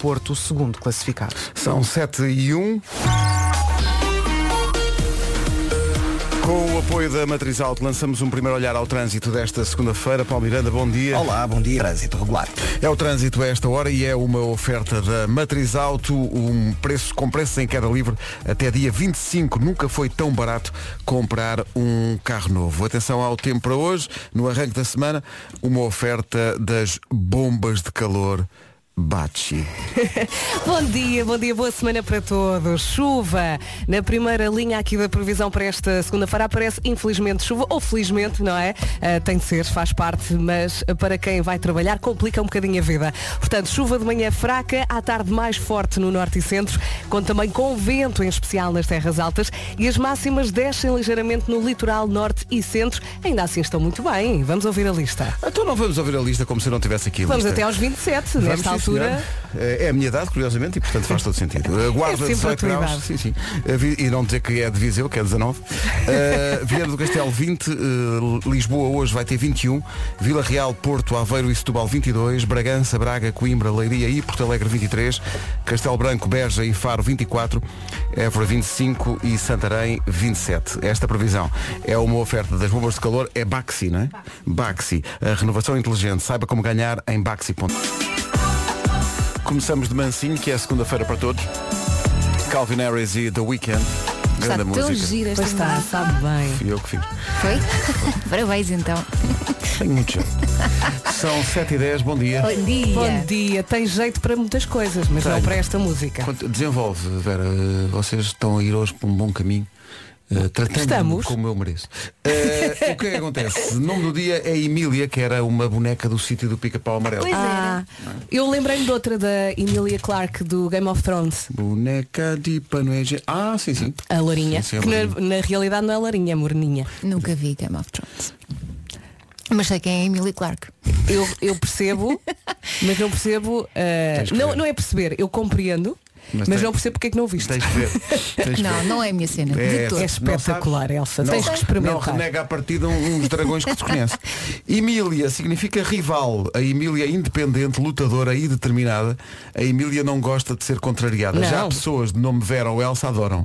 Porto, o segundo classificado. São 7 e 1. Com o apoio da Matriz Alto, lançamos um primeiro olhar ao trânsito desta segunda-feira. Paulo Miranda, bom dia. Olá, bom dia. Trânsito regular. É o trânsito a esta hora e é uma oferta da Matriz Auto, um preço com preço em queda livre até dia 25. Nunca foi tão barato comprar um carro novo. Atenção ao tempo para hoje, no arranque da semana, uma oferta das bombas de calor Bachi. Bom dia, bom dia, boa semana para todos. Chuva na primeira linha aqui da previsão para esta segunda-feira aparece infelizmente chuva, ou felizmente, não é? Ah, tem de ser, faz parte, mas para quem vai trabalhar complica um bocadinho a vida. Portanto, chuva de manhã fraca, à tarde mais forte no norte e centro, conta também com vento, em especial nas terras altas, e as máximas descem ligeiramente no litoral norte e centro. Ainda assim estão muito bem. Vamos ouvir a lista. Então não vamos ouvir a lista como se não tivesse aqui a Vamos lista. até aos 27, Vamos, nesta sim, altura. senhora. Eh, É a minha idade, curiosamente, e portanto faz todo sentido. Eh, Guarda É sempre 18 a tua graus. idade. Sim, sim. Eh, Vi- E não dizer que é de Viseu, que é 19. Eh, Vieira do Castelo 20, eh, Lisboa hoje vai ter 21, Vila Real, Porto, Aveiro e Setúbal 22, Bragança, Braga, Coimbra, Leiria e Porto Alegre 23, Castelo Branco, Beja e Faro 24, Évora 25 e Santarém 27. Esta previsão é uma oferta das bombas de calor, é Baxi, não é? Baxi, a renovação inteligente. Saiba como ganhar em baxi.com. Começamos de mansinho, que é segunda-feira para todos. Calvin Harris e The Weeknd. Está Grande tão música. gira esta Pois está, música. sabe bem. Fui eu que fiz. Foi? Parabéns então. Tenho muito jeito. São 7 e 10 bom dia. Bom dia. Bom dia, tem jeito para muitas coisas, mas não Tenho. para esta música. Quanto- Desenvolve, Vera. eh, Vocês estão a ir hoje por um bom caminho. eh, Tratando-me Estamos. como eu mereço. Eh, o que é que acontece? O nome do dia é Emília, que era uma boneca do sítio do pica-pau amarelo. Ah, eu lembrei-me de outra da Emilia Clarke do Game of Thrones, Boneca de pano é ge- Ah, sim, sim. a Larinha, Sim, sim, é que na, Lourinha. na realidade não é Larinha, é Morninha. Nunca vi Game of Thrones. Mas sei quem é Emily Clark. Eu, eu percebo, mas não percebo. ah, Tens que não, ver. não é perceber, eu compreendo, Mas mas, tem- não percebo porque é que não viste. Tens que ver. Tens que ver. Não, não é a minha cena. É, de É todo. espetacular, Elsa. Não, Tens que não experimentar. renega a partida um- uns dragões que desconhece. Emília significa rival. A Emília é independente, lutadora e determinada. A Emília não gosta de ser contrariada. Não. Já há pessoas de nome Vera ou Elsa adoram.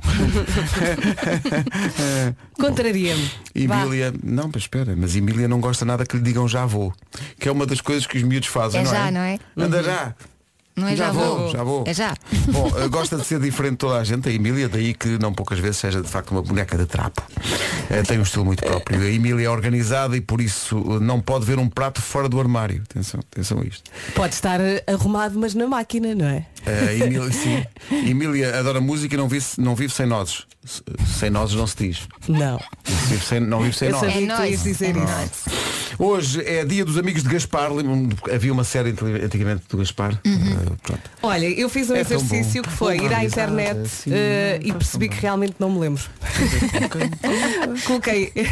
Contraria-me. Vá. Emília, não, mas espera, mas Emília não gosta nada que lhe digam já vou. Que é uma das coisas que os miúdos fazem, É não é? já, não é? Uhum. Anda já. Não é já, vou, já vou. É já. Bom, eh, gosta de ser diferente de toda a gente, a Emília, daí que não poucas vezes seja de facto uma boneca de trapo. Eh, Tem um estilo muito próprio. A Emília é organizada e por isso eh, não pode ver um prato fora do armário. Atenção, atenção a isto. Pode estar eh, arrumado, mas na máquina, não é? Eh, Emília, sim. Emília adora música e não vive, não vive sem nozes. Se- Sem nozes não se diz. Não. Vive sem- não vive sem Eu nozes. sabia É que tu ias nóis. dizer é isso. nóis. Hoje é dia dos amigos de Gaspar. Lembro-me de- Havia uma série antigamente do Gaspar. Uhum. Eh, pronto. Olha, eu fiz um É tão exercício bom. que foi ir à internet Sim, eh, faz e percebi que realmente não me lembro. Coloquei Eu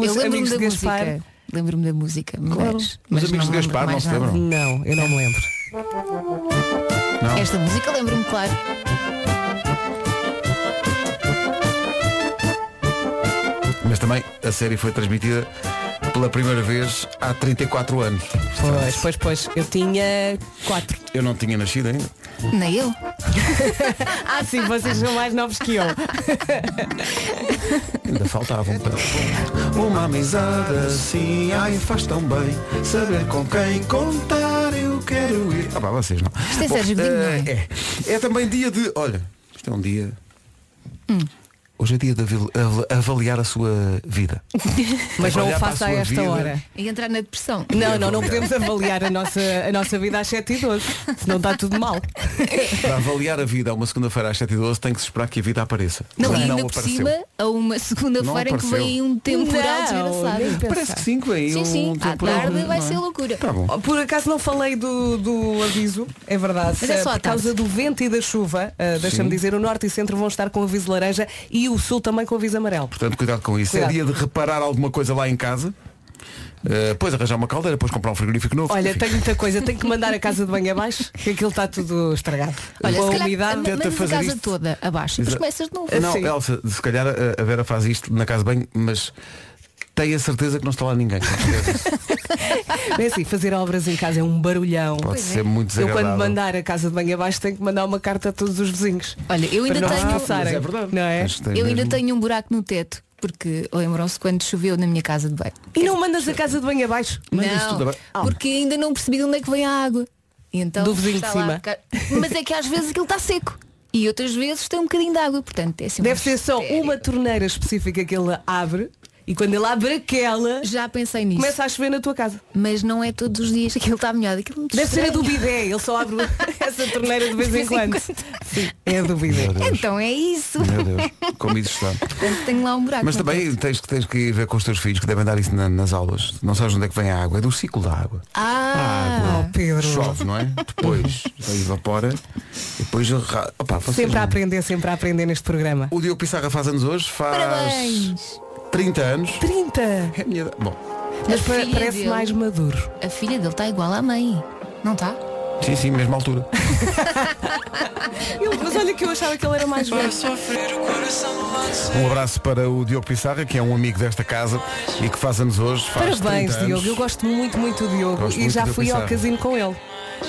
os lembro-me amigos da de Gaspar. música. Lembro-me da música. Mas, Os mas amigos de me lembro Gaspar não mais se nada. lembram? Não, eu não me lembro. É Esta música lembro-me, claro. Mas também a série foi transmitida pela primeira vez há 34 anos. Pois, pois, pois. Eu tinha quatro. Eu não tinha nascido ainda. Nem eu. Ah, sim, vocês são mais novos que eu. Ainda um faltavam. Uma amizade assim, ai, faz tão bem. Saber com quem contar eu quero ir. Ah, pá, vocês não. Isto é Sérgio Godinho, eh, não é. É também dia de. Olha, isto é um dia. Hum. Hoje é dia de avil- av- avaliar a sua vida. Mas não Olhar o para faça a a sua esta vida. hora. E entrar na depressão. Não, não, não podemos avaliar a nossa, a nossa vida às 7 e 12 Senão está tudo mal. Para avaliar a vida a uma segunda-feira às 7h12 tem que se esperar que a vida apareça. Não, e Quando ainda por cima, a uma Não segunda-feira em que apareceu. vem um temporal Não, nem desgraçado. pensar. Parece que sim, que vem. Sim, sim, um à temporal, tarde vai não é? ser loucura. Tá bom. Por acaso não falei do, do aviso, é verdade. Mas é Eh, só à Por causa tarde. do vento e da chuva, eh, deixa-me dizer, o norte e centro vão estar com aviso laranja e o sul também com aviso amarelo. Portanto, cuidado com isso. Cuidado. É dia de reparar alguma coisa lá em casa. eh, depois arranjar uma caldeira, depois comprar um frigorífico novo. Olha, Enfim. tenho muita coisa, tenho que mandar a casa de banho abaixo, que aquilo está tudo estragado. Olha, Com se a calhar umidade. tenta mandas a fazer casa isto. toda abaixo e depois Exato. começas de novo. Não, Sim. Elsa, se calhar a a Vera faz isto na casa de banho, mas Tenho a certeza que não está lá ninguém. com certeza. É assim, fazer obras em casa é um barulhão. Pode ser muito Eu desagradável. quando mandar a casa de banho abaixo tenho que mandar uma carta a todos os vizinhos. Olha, eu ainda para não tenho- passarem, Mas é verdade. Não é? Mas tem Eu ainda mesmo- tenho um buraco no teto, porque lembram-se quando choveu na minha casa de banho. E não mandas a casa de banho abaixo? Manda-se tudo Não, abaixo. Ah. porque ainda não percebi de onde é que vem a água. E então, Do vizinho de está lá cima. a ficar- Mas é que às vezes aquilo está seco. E outras vezes tem um bocadinho de água, portanto é assim um Deve ser só mistério. uma torneira específica que ele abre e quando ele abre aquela Já pensei nisso, começa a chover na tua casa. mas não é todos os dias que aquilo está molhado. Aquilo Deve ser a estranho. do bidé, ele só abre essa torneira de vez em quando. Sim, é a do bidé. Meu Deus, Então é isso. meu Deus, como isso está. Portanto, tenho lá um buraco. Mas no teto. também tens, que- tens que ir ver com os teus filhos que devem dar isso na- nas aulas. Não sabes onde é que vem a água, é do ciclo da água. Ah, Pedro. Chove, não é? Depois evapora, depois ra- Opa, vocês Sempre a não- aprender, sempre a aprender neste programa. O Diogo Pissarra faz anos hoje, faz Parabéns. 30 anos. 30! É a minha idade. Bom, Mas A pa- filha parece dele. mais maduro. a filha dele está igual à mãe. Não está? sim, sim, mesma altura. Ele- mas olha que eu achava que ele era mais velho. Um abraço para o Diogo Pissarra, que é um amigo desta casa e que faz anos hoje. Faz Parabéns, 30 anos. Diogo. Eu gosto muito, muito do Diogo. Gosto e muito já do fui ao Pissarra. casino com ele.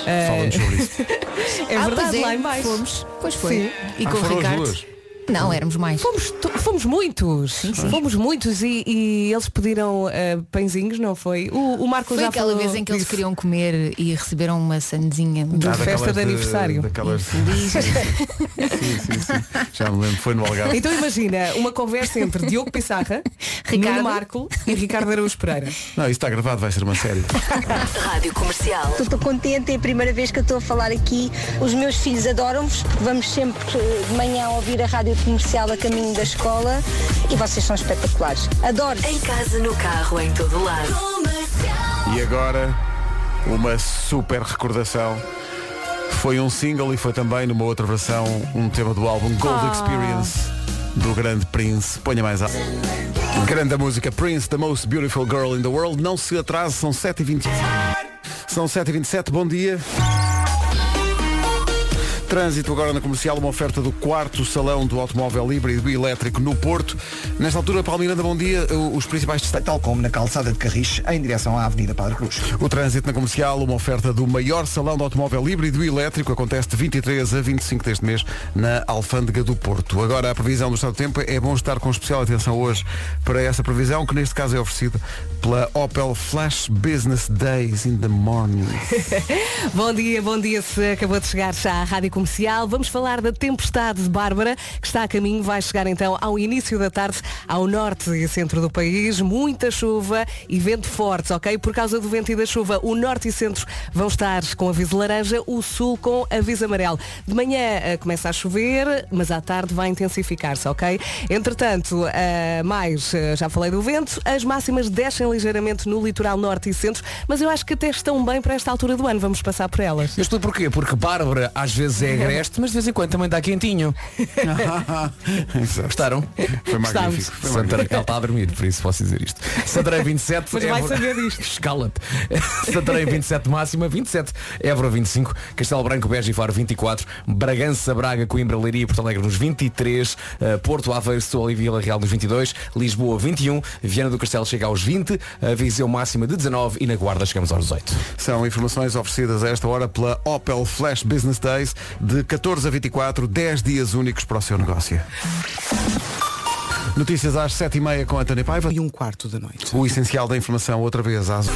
Eh, Falamos sobre isso. É Ah, verdade, pois é, lá em baixo. Fomos. Pois foi. Sim. E Ah, com foram o as Ricardo. duas? Não, éramos mais. Fomos, to- fomos muitos, fomos muitos e, e eles pediram eh, pãezinhos, não foi? O, o Marco Foi já aquela falou vez em que eles disso. queriam comer e receberam uma sandezinha. De Ah, festa daquelas de aniversário. daquelas- Sim, sim, sim. Já me lembro, foi no Algarve. Então imagina uma conversa entre Diogo Pissarra, Ricardo. Nuno Marco e Ricardo Araújo Pereira. Não, isso está gravado, vai ser uma série. Rádio Comercial. Estou contente, é a primeira vez que eu estou a falar aqui. Os meus filhos adoram-vos, porque vamos sempre eh, de manhã ouvir a rádio comercial a caminho da escola e vocês são espetaculares. Adoro! Em casa, no carro, em todo lado. E agora, uma super recordação. Foi um single e foi também, numa outra versão, um tema do álbum Gold Experience do grande Prince. Ponha mais alto. Grande a música Prince, The Most Beautiful Girl in the World. Não se atrase, são 7h20. São 7h27, bom dia. Trânsito agora na comercial, uma oferta do quarto salão do automóvel híbrido e elétrico no Porto. Nesta altura, Palmiranda, bom dia. O- Os principais destaques. tal como na calçada de Carris, em direção à Avenida Padre Cruz. O trânsito na comercial, uma oferta do maior salão de automóvel híbrido e elétrico, acontece de 23 a 25 deste mês na Alfândega do Porto. Agora, a previsão do estado do tempo é bom estar com especial atenção hoje para essa previsão, que neste caso é oferecida pela Opel Flash Business Days in the Morning. Bom dia, bom dia se acabou de chegar já à Rádio Comercial. Vamos falar da tempestade de Bárbara, que está a caminho, vai chegar então ao início da tarde ao norte e centro do país. Muita chuva e vento forte, ok? Por causa do vento e da chuva, o norte e centro vão estar com aviso laranja, o sul com aviso amarelo. De manhã eh, começa a chover, mas à tarde vai intensificar-se, ok? Entretanto, eh, mais, eh, já falei do vento, as máximas descem ligeiramente no litoral norte e centro, mas eu acho que até estão bem para esta altura do ano, vamos passar por é elas. Eu explico porquê, porque Bárbara às vezes é agreste, mas de vez em quando também dá quentinho. Exato. Gostaram? Foi Gostámos. magnífico. Foi Santana magnífico. que ela está a dormir, por isso posso dizer isto. Santarém 27. Mas vai saber isto. Escala-te. Santarém 27 máxima, 27. Évora 25. Castelo Branco, Beja e Faro 24. Bragança, Braga, Coimbra, Leiria e Porto Alegre nos 23. eh, Porto, Aveiro, Setúbal e Vila Real nos 22. Lisboa 21. Viana do Castelo chega aos 20. A Viseu máxima de 19 e na Guarda chegamos aos 18. São informações oferecidas a esta hora pela Opel Flash Business Days de 14 a 24, 10 dias únicos para o seu negócio. Notícias às 7h30 com António Paiva. e um quarto da noite. O essencial da informação outra vez às...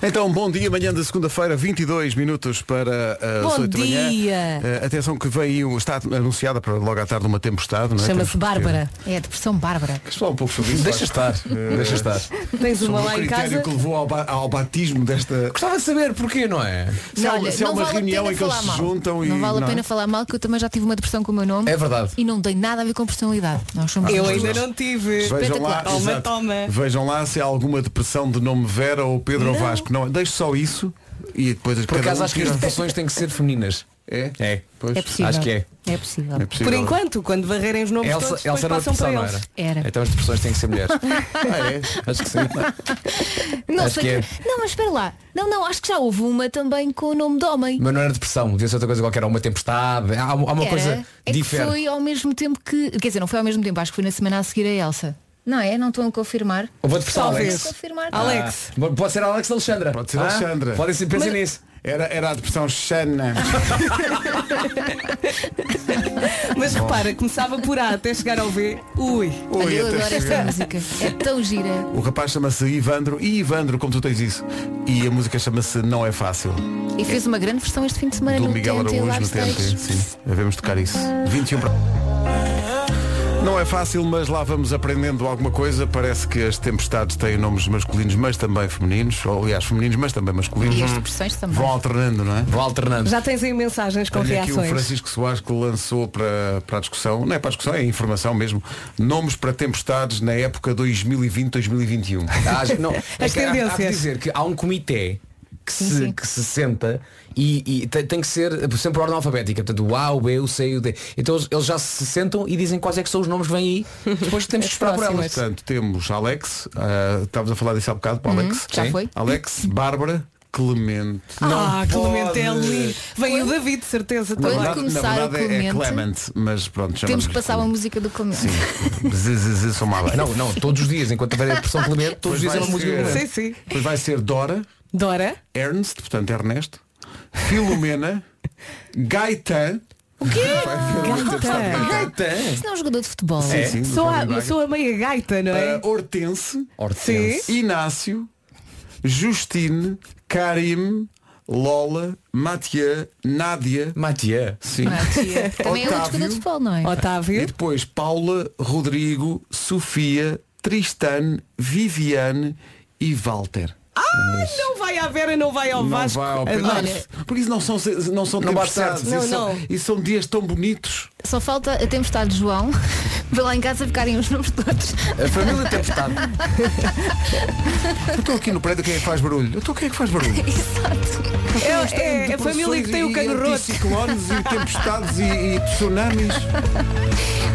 Então, bom dia, manhã da segunda-feira, 22 minutos para eh, as Bom 8 da manhã. dia. Eh, atenção que veio, está anunciada para logo à tarde uma tempestade, não é? Temos Chama-se que Bárbara. É a depressão Bárbara. ter- Só um pouco sobre isso. Deixa Vasco. estar. Eh, Deixa estar. Tens sobre uma o lá em um critério casa. que levou ao, ba- ao batismo desta... Gostava de saber porquê, não é? Se há- Olha, se há não uma vale a reunião pena em que eles falar se mal. juntam e- Não vale não a é? pena falar mal, que eu também já tive uma depressão com o meu nome. É verdade. E não tem nada a ver com personalidade. Nós somos Eu nós ainda dois. não tive. Vejam lá, Toma, exato. toma. Vejam lá se há alguma depressão de nome Vera ou Pedro ou Vasco. Não, deixe só isso e depois Por acaso um acho que as tira- depressões têm que ser femininas. É? É. Pois. É possível. Acho que é. É possível. É possível. Por enquanto, quando varrerem os nomes Elsa, todos, depois Elsa era passam para depressão, não eles. era? Era. Então as depressões têm que ser mulheres. Ah, é? acho que sim. Não Acho sei. que é. que- Não, mas espera lá. Não, não, acho que já houve uma também com o nome de homem. Mas não era depressão, devia ser outra coisa qualquer, há uma tempestade, há, há uma Era. coisa é que diferente. foi ao mesmo tempo que. Quer dizer, não foi ao mesmo tempo, acho que foi na semana a seguir a Elsa. Não é? Não estão a confirmar? Vou-te prestar Vou Alex. confirmar. Alex. Ah, pode ser Alex Alexandra. Pode ser Alexandra. Podem ser, pensem nisso. Era, era a depressão Xana. Mas repara, começava por A até chegar ao B. Ui. Ui, Olha, eu até adoro chegar. esta música. É tão gira. O rapaz chama-se Ivandro. E Ivandro, como tu tens isso? E a música chama-se Não é Fácil. E fez uma grande versão este fim de semana do no Miguel TNT Araújo Live no Stage. TNT. Sim, devemos tocar isso. 21 para... Não é fácil, mas lá vamos aprendendo alguma coisa. Parece que as tempestades têm nomes masculinos, mas também femininos. Ou, aliás, femininos, mas também masculinos. E as depressões também. Vão alternando, não é? Vou alternando. Já tens aí mensagens com Olha aqui o reações. Francisco Soares que lançou para, para a discussão, não é para a discussão, é informação mesmo, nomes para tempestades na época 2020-2021. Ah, já- não, As é que há- Há, que tendências. dizer que há um comitê que, Sim, se, sim. que se senta e, e tem, tem que ser sempre por ordem alfabética. Portanto, o A, o B, o C e o D. Então eles, eles já se sentam e dizem quais é que são os nomes que vêm aí. Depois temos que esperar por elas. Portanto, temos Alex, ah, estávamos a falar disso há bocado para o Alex. Uhum, já Sim. foi. Alex, Bárbara, Clemente. ah, Clemente é pode. lindo. Vem o David, de certeza Na Quando também. verdade, começar na o verdade é- é Clemente, Clement, mas pronto, Temos que passar uma música do Clemente. música. Zzzz, sou má bem. Não, não, todos os dias, enquanto houver a pressão clemente, todos os Pois dias é uma vai música ser. clemente. Sim, sim. Depois vai ser Dora, Dora. Ernst, portanto Ernesto, Filomena, Gaetan. O quê? Gaita. Isso não é um jogador de futebol. Sim, sim, do Sou Flamengo. a, sou a meia gaita, não é? Ah, Hortense, Hortense. Inácio, Justine, Karim, Lola, Mathieu, Nádia. Matia. Sim. Ah, tia. Também é outro jogador de Otávio, futebol, não Ah. é? E Otávio. depois Paula, Rodrigo, Sofia, Tristan, Viviane e Walter. Ah, Não vai à Vera, não vai ao Não Vasco. vai ao Adoro. Pedro. É Por isso não são, não são Não bate tempestades. certo. e, Não, são, não. e são dias tão bonitos. Só falta a tempestade de João para lá em casa ficarem os nomes todos. A família tempestade. Eu estou aqui no prédio, quem é que faz barulho? Eu estou quem é que faz barulho? Tipo, Exato. É, é a família que tem o cano roto. ciclones e tempestades e, e tsunamis.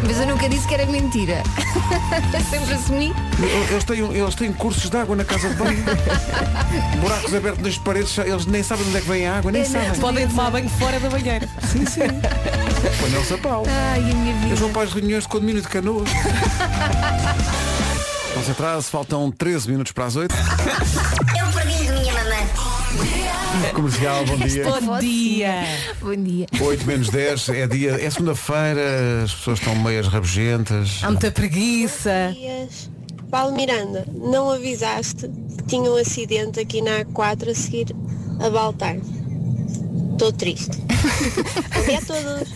Mas eu nunca disse que era mentira. É Sempre assim. assumi. Eles têm, um- eles têm cursos de água na casa de banho. Buracos abertos nas paredes, eles nem sabem de onde é que vem a água, nem É sabem. natural. Podem tomar banho fora da banheira. Sim, sim. Põe-lhe a pau. Ai, a minha Eles vida. vão para as reuniões de condomínio de canoas. Não se atrase, faltam 13 minutos para as 8. É o perdido minha mamãe. Comercial, bom dia. Bom dia. Bom dia. 8 menos 10 é dia, é segunda-feira, as pessoas estão meias rabugentas. Há muita preguiça. dias. Paulo Miranda, não avisaste que tinha um acidente aqui na A4 a seguir a Baltar. Estou triste. Bom dia a todos.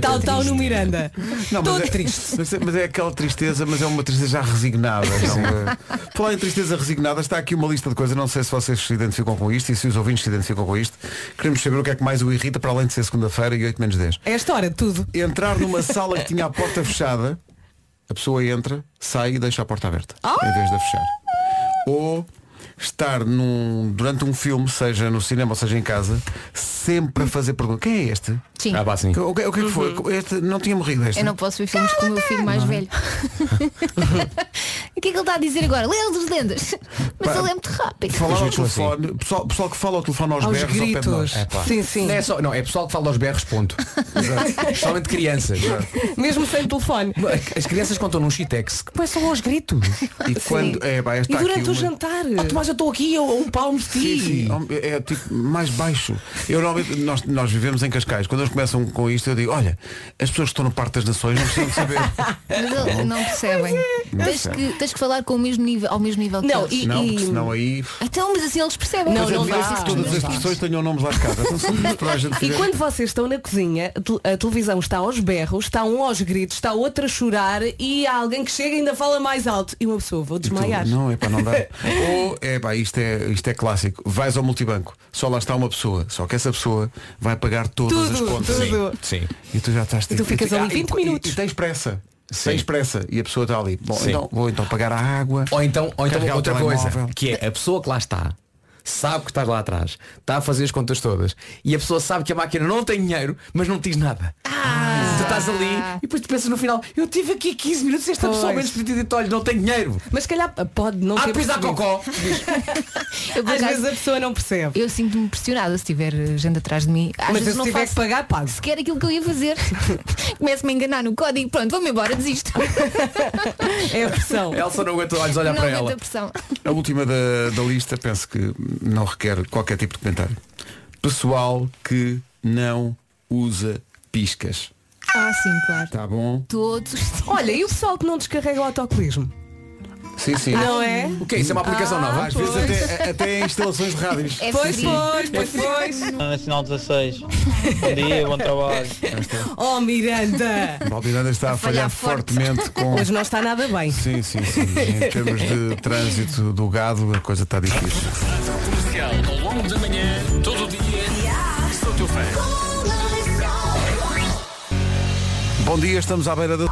Tal, tal no Miranda. Não, mas Todo é, triste. Mas é, mas é aquela tristeza, mas é uma tristeza já resignada. Não, é? Falar em tristeza resignada, está aqui uma lista de coisas, não sei se vocês se identificam com isto e se os ouvintes se identificam com isto. Queremos saber o que é que mais o irrita para além de ser segunda-feira e 8 menos 10. É a história de tudo. Entrar numa sala que tinha a porta fechada, a pessoa entra, sai e deixa a porta aberta, Ah! em vez de a fechar. Ou estar num, durante um filme, seja no cinema ou seja em casa, sempre a fazer perguntas. Quem é este? Sim. Ah, pá, sim. O que, o que é que foi? Uhum. Este não tinha morrido este. Eu não posso ver filmes com o meu filho mais velho. o que é que ele está a dizer agora? Leia os lendas. Mas ele é muito rápido. Falar ao Os gritos são telefone, pessoal, pessoal que fala ao telefone aos, Aos berros ao pé de nós. gritos. Sim, sim. Não é, só, não, é pessoal que fala aos berros, ponto. Principalmente crianças. Mesmo sem telefone. As crianças contam num chitex que começam aos gritos. E quando é, pá, E está durante aqui o uma- jantar. Oh, Tomás, eu estou aqui, eu, um palmo de Sim, ti. sim, é tipo mais baixo. Eu normalmente, nós, nós vivemos em Cascais. Quando eles começam com isto, eu digo, olha, as pessoas que estão no Parque das Nações não precisam de saber. Mas ele- não percebem. Tens que, tens que falar com o mesmo nível, ao mesmo nível que Não, eles. e- não, porque senão aí. Então, mas assim eles percebem. Não, Mas não admira-se dá. que todas Não as dá. pessoas tenham nomes lá de casa. Então, se toda a gente E fizer- quando vocês estão na cozinha, a tel- a televisão está aos berros, está um aos gritos, está outro a chorar e há alguém que chega e ainda fala mais alto. E uma pessoa, vou Tu- desmaiar. Não, é para não dar. Ou é pá, isto é, isto é clássico. Vais ao multibanco, só lá está uma pessoa, só que essa pessoa vai pagar todas as Tudo, contas. tudo. Sim. E tu já estás tipo, E tu ficas ali 20 e- minutos. E, e tens pressa. Sim. Tens pressa. E a pessoa está ali. Bom, Sim. então vou então pagar a água. Ou então, ou então carregar o outra coisa, telemóvel. que é a pessoa que lá está, sabe que estás lá atrás, está a fazer as contas todas, e a pessoa sabe que a máquina não tem dinheiro, mas não te diz nada. Ah. tu estás ali e depois tu pensas no final, eu tive aqui 15 minutos e esta pessoa ao Pois. menos podia ter dito, olha, não tenho dinheiro. Mas se calhar pode não Ah, ter depois dá percebido. cocó. Eu, por Às acaso, vezes é- a pessoa não percebe. eu sinto-me pressionada se tiver eh, gente atrás de mim. Às Mas vezes se não tiver faço que pagar, pago. sequer aquilo que eu ia fazer. Começo-me a enganar no código. Pronto, vou-me embora, desisto. É a pressão. A Elsa não aguenta olhos olhar não para aguento a ela. pressão. A última da, da lista penso que não requer qualquer tipo de comentário. Pessoal que não usa piscas. Ah, sim, claro. Tá bom? Todos. Olha, e o pessoal que não descarrega o autocolismo? Sim, sim. Ah, Não é? O que é? Isso é uma aplicação nova. Às vezes até, até em instalações de rádios. É Pois frio. foi, pois foi. Nacional 16. Bom dia, bom trabalho. Oh Miranda! O Miranda está a falhar falhar forte. fortemente com. Hoje não está nada bem. Sim, sim, sim. Em termos de trânsito do gado, a coisa está difícil. Bom dia, estamos à beira do.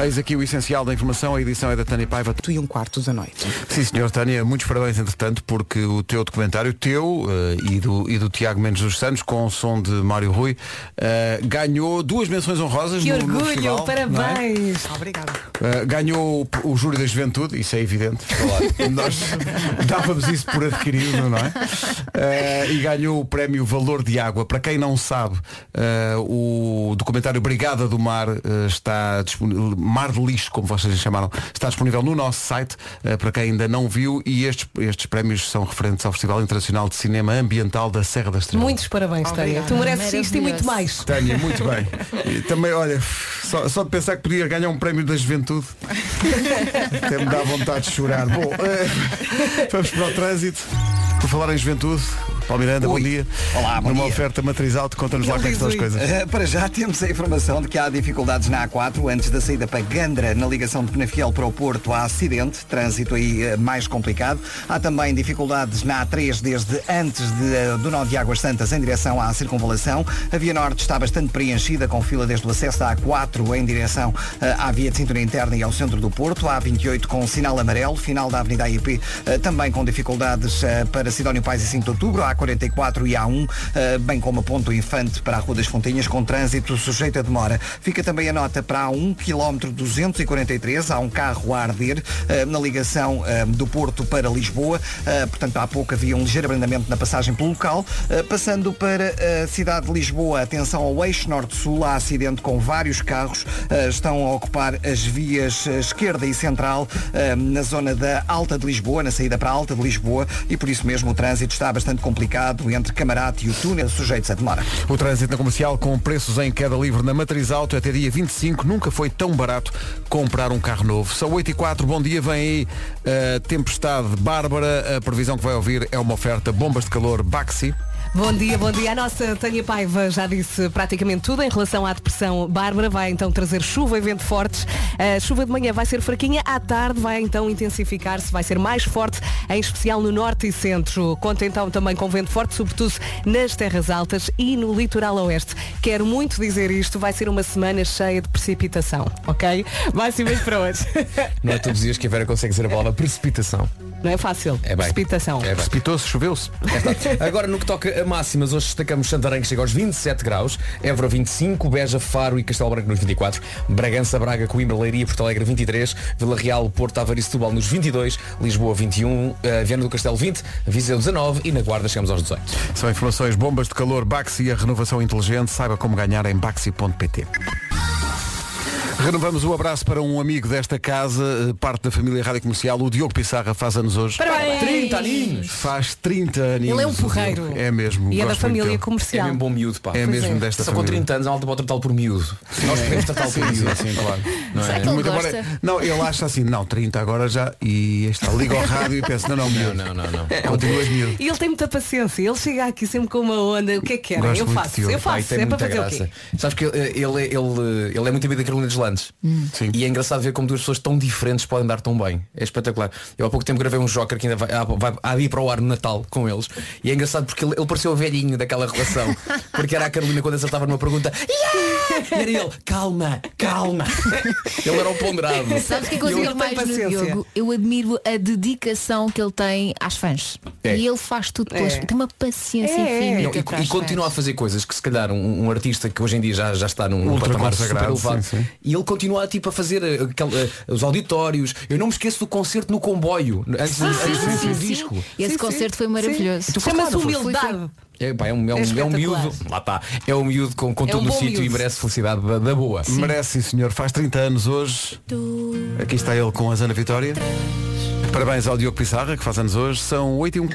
Eis aqui o essencial da informação, a edição é da Tânia Paiva. Tu e um quarto da noite. Sim, senhor Tânia, muitos parabéns, entretanto, porque o teu documentário, teu eh, e, do, e do Tiago Mendes dos Santos, com o som de Mário Rui, eh, ganhou duas menções honrosas Que no, no festival, orgulho, não é? parabéns! Obrigada. Uh, ganhou o, o Júri da Juventude, isso é evidente. Nós dávamos isso por adquirido, não é? Uh, e ganhou o prémio Valor de Água. Para quem não sabe, uh, o documentário Brigada do Mar uh, está disponível, Mar de Lixo, como vocês lhe chamaram, está disponível no nosso site, uh, para quem ainda não viu, e estes, estes prémios são referentes ao Festival Internacional de Cinema Ambiental da Serra da Estrela. Muitos parabéns, Tânia. Tu mereces isto e muito mais. Tânia, muito bem. E também, olha, só, só de pensar que podia ganhar um prémio da juventude. Até me dá vontade de chorar. Bom, eh, vamos para o trânsito. Por falar em juventude, Paulo Miranda, bom Ui. dia. Olá, bom Numa dia. oferta matriz alto, conta-nos lá como é que estão as riso, ui. coisas. Eh, Para já temos a informação de que há dificuldades na A4 antes da saída para Gandra, na ligação de Penafiel para o Porto, há acidente, trânsito aí eh, mais complicado. Há também dificuldades na A3 desde antes de, eh, do nó de Águas Santas em direção à circunvalação. A Via Norte está bastante preenchida com fila desde o acesso da A4 em direção eh, à via de cintura interna e ao centro do Porto. A A28 com sinal amarelo, final da Avenida AIP eh, também com dificuldades eh, para Sidónio Pais e 5 de Outubro, a A44 e A1, eh, bem como a Ponto Infante para a Rua das Fontinhas, com trânsito sujeito a demora. Fica também a nota para a 1 km 243, há um carro a arder eh, na ligação eh, do Porto para Lisboa, Eh, portanto há pouco havia um ligeiro abrandamento na passagem pelo local. Eh, Passando para a cidade de Lisboa, atenção ao eixo norte-sul, há acidente com vários carros, eh, estão a ocupar as vias eh, esquerda e central eh, na zona da Alta de Lisboa, na saída para a Alta de Lisboa, e por isso mesmo o trânsito está bastante complicado entre Camarate e o túnel, sujeitos a demora. O trânsito na comercial com preços em queda livre na Matriz Auto até dia 25 nunca foi tão barato comprar um carro novo. São 8 e 4, bom dia, vem aí a tempestade bárbara. A previsão que vai ouvir é uma oferta bombas de calor Baxi. Bom dia, bom dia. A nossa Tânia Paiva já disse praticamente tudo em relação à depressão. Bárbara vai então trazer chuva e vento fortes. A chuva de manhã vai ser fraquinha, à tarde vai então intensificar-se, vai ser mais forte, em especial no norte e centro. Conta então também com vento forte, sobretudo nas terras altas e no litoral oeste. Quero muito dizer isto, vai ser uma semana cheia de precipitação, ok? Máximas para hoje. Não é todos os dias que a Vera consegue dizer a palavra precipitação. Não é fácil. É bem. Precipitação. É bem. Precipitou-se, choveu-se. Agora, no que toca a máximas, hoje destacamos Santarém, que chega aos 27 graus, Évora 25, Beja, Faro e Castelo Branco nos 24, Bragança, Braga, Coimbra, Leiria, Porto Alegre 23, Vila Real, Porto, Aveiro e Setúbal nos 22, Lisboa 21, eh, Viana do Castelo 20, Viseu 19 e na Guarda chegamos aos 18. São informações bombas de calor Baxi e a renovação inteligente. Saiba como ganhar em baxi.pt. Renovamos o abraço para um amigo desta casa, eh, parte da família Rádio Comercial, o Diogo Pissarra faz anos hoje. Parabéns! 30 aninhos! Faz 30 aninhos. Ele é um o Diogo. porreiro. É mesmo. E é da gosto muito família dele. É comercial. mesmo bom miúdo, pá. É mesmo é. desta Só com família. 30 anos a malta pode tratá-lo por miúdo. Nós podemos tratá-lo por miúdo. Sim, claro. Será que ele é? Muito gosta? embora- Não, ele acha assim, não, 30 agora já e está, liga ao rádio e pensa, não, não, miúdo. Não, não, não. Continuas miúdo. E ele tem muita paciência, ele chega aqui sempre com uma onda, o que é que era? Gosto eu muito de faço, Diogo. eu Pá, e faço, tem é para muita fazer o graça. quê? Sabes que ele, ele, ele, ele é muito amigo da Carolina antes. Hum. Sim. E é engraçado ver como duas pessoas tão diferentes podem dar tão bem. É espetacular. Eu há pouco tempo gravei um Joker que ainda vai, há- vai, há de ir para o ar no Natal com eles. E é engraçado porque ele, ele pareceu o velhinho daquela relação. Porque era a Carolina quando acertava numa pergunta. "Yeah!" E era ele, calma, calma. Ele era o ponderado. Sabes o que é que Eu eu admiro tenho mais no paciência. Diogo? Eu admiro a dedicação que ele tem às fãs. É. E ele faz tudo pelas É. Tem uma paciência É, é. infinita. Não, e- para e, as continua a fãs. fazer coisas que se calhar um, um artista que hoje em dia já, já está num Ultra patamar super consagrado, elevado sim, sim. e ele continua tipo, a fazer eh, aquel- eh, os auditórios. Eu não me esqueço do concerto no comboio, antes, do- antes do- do disco. Esse Sim, concerto sim. Então foi maravilhoso. Sim. Chama-se Foi, foi. humildade. É, pá, é um, é um, É é um espetacular. miúdo, lá está, é um miúdo com, com É tudo um no bom sítio e miúdo. merece felicidade da, da boa. Merece, sim, senhor. Faz 30 anos hoje. Aqui está ele com a Zana Vitória. Parabéns ao Diogo Pissarra, que faz anos hoje. São 8 e 1.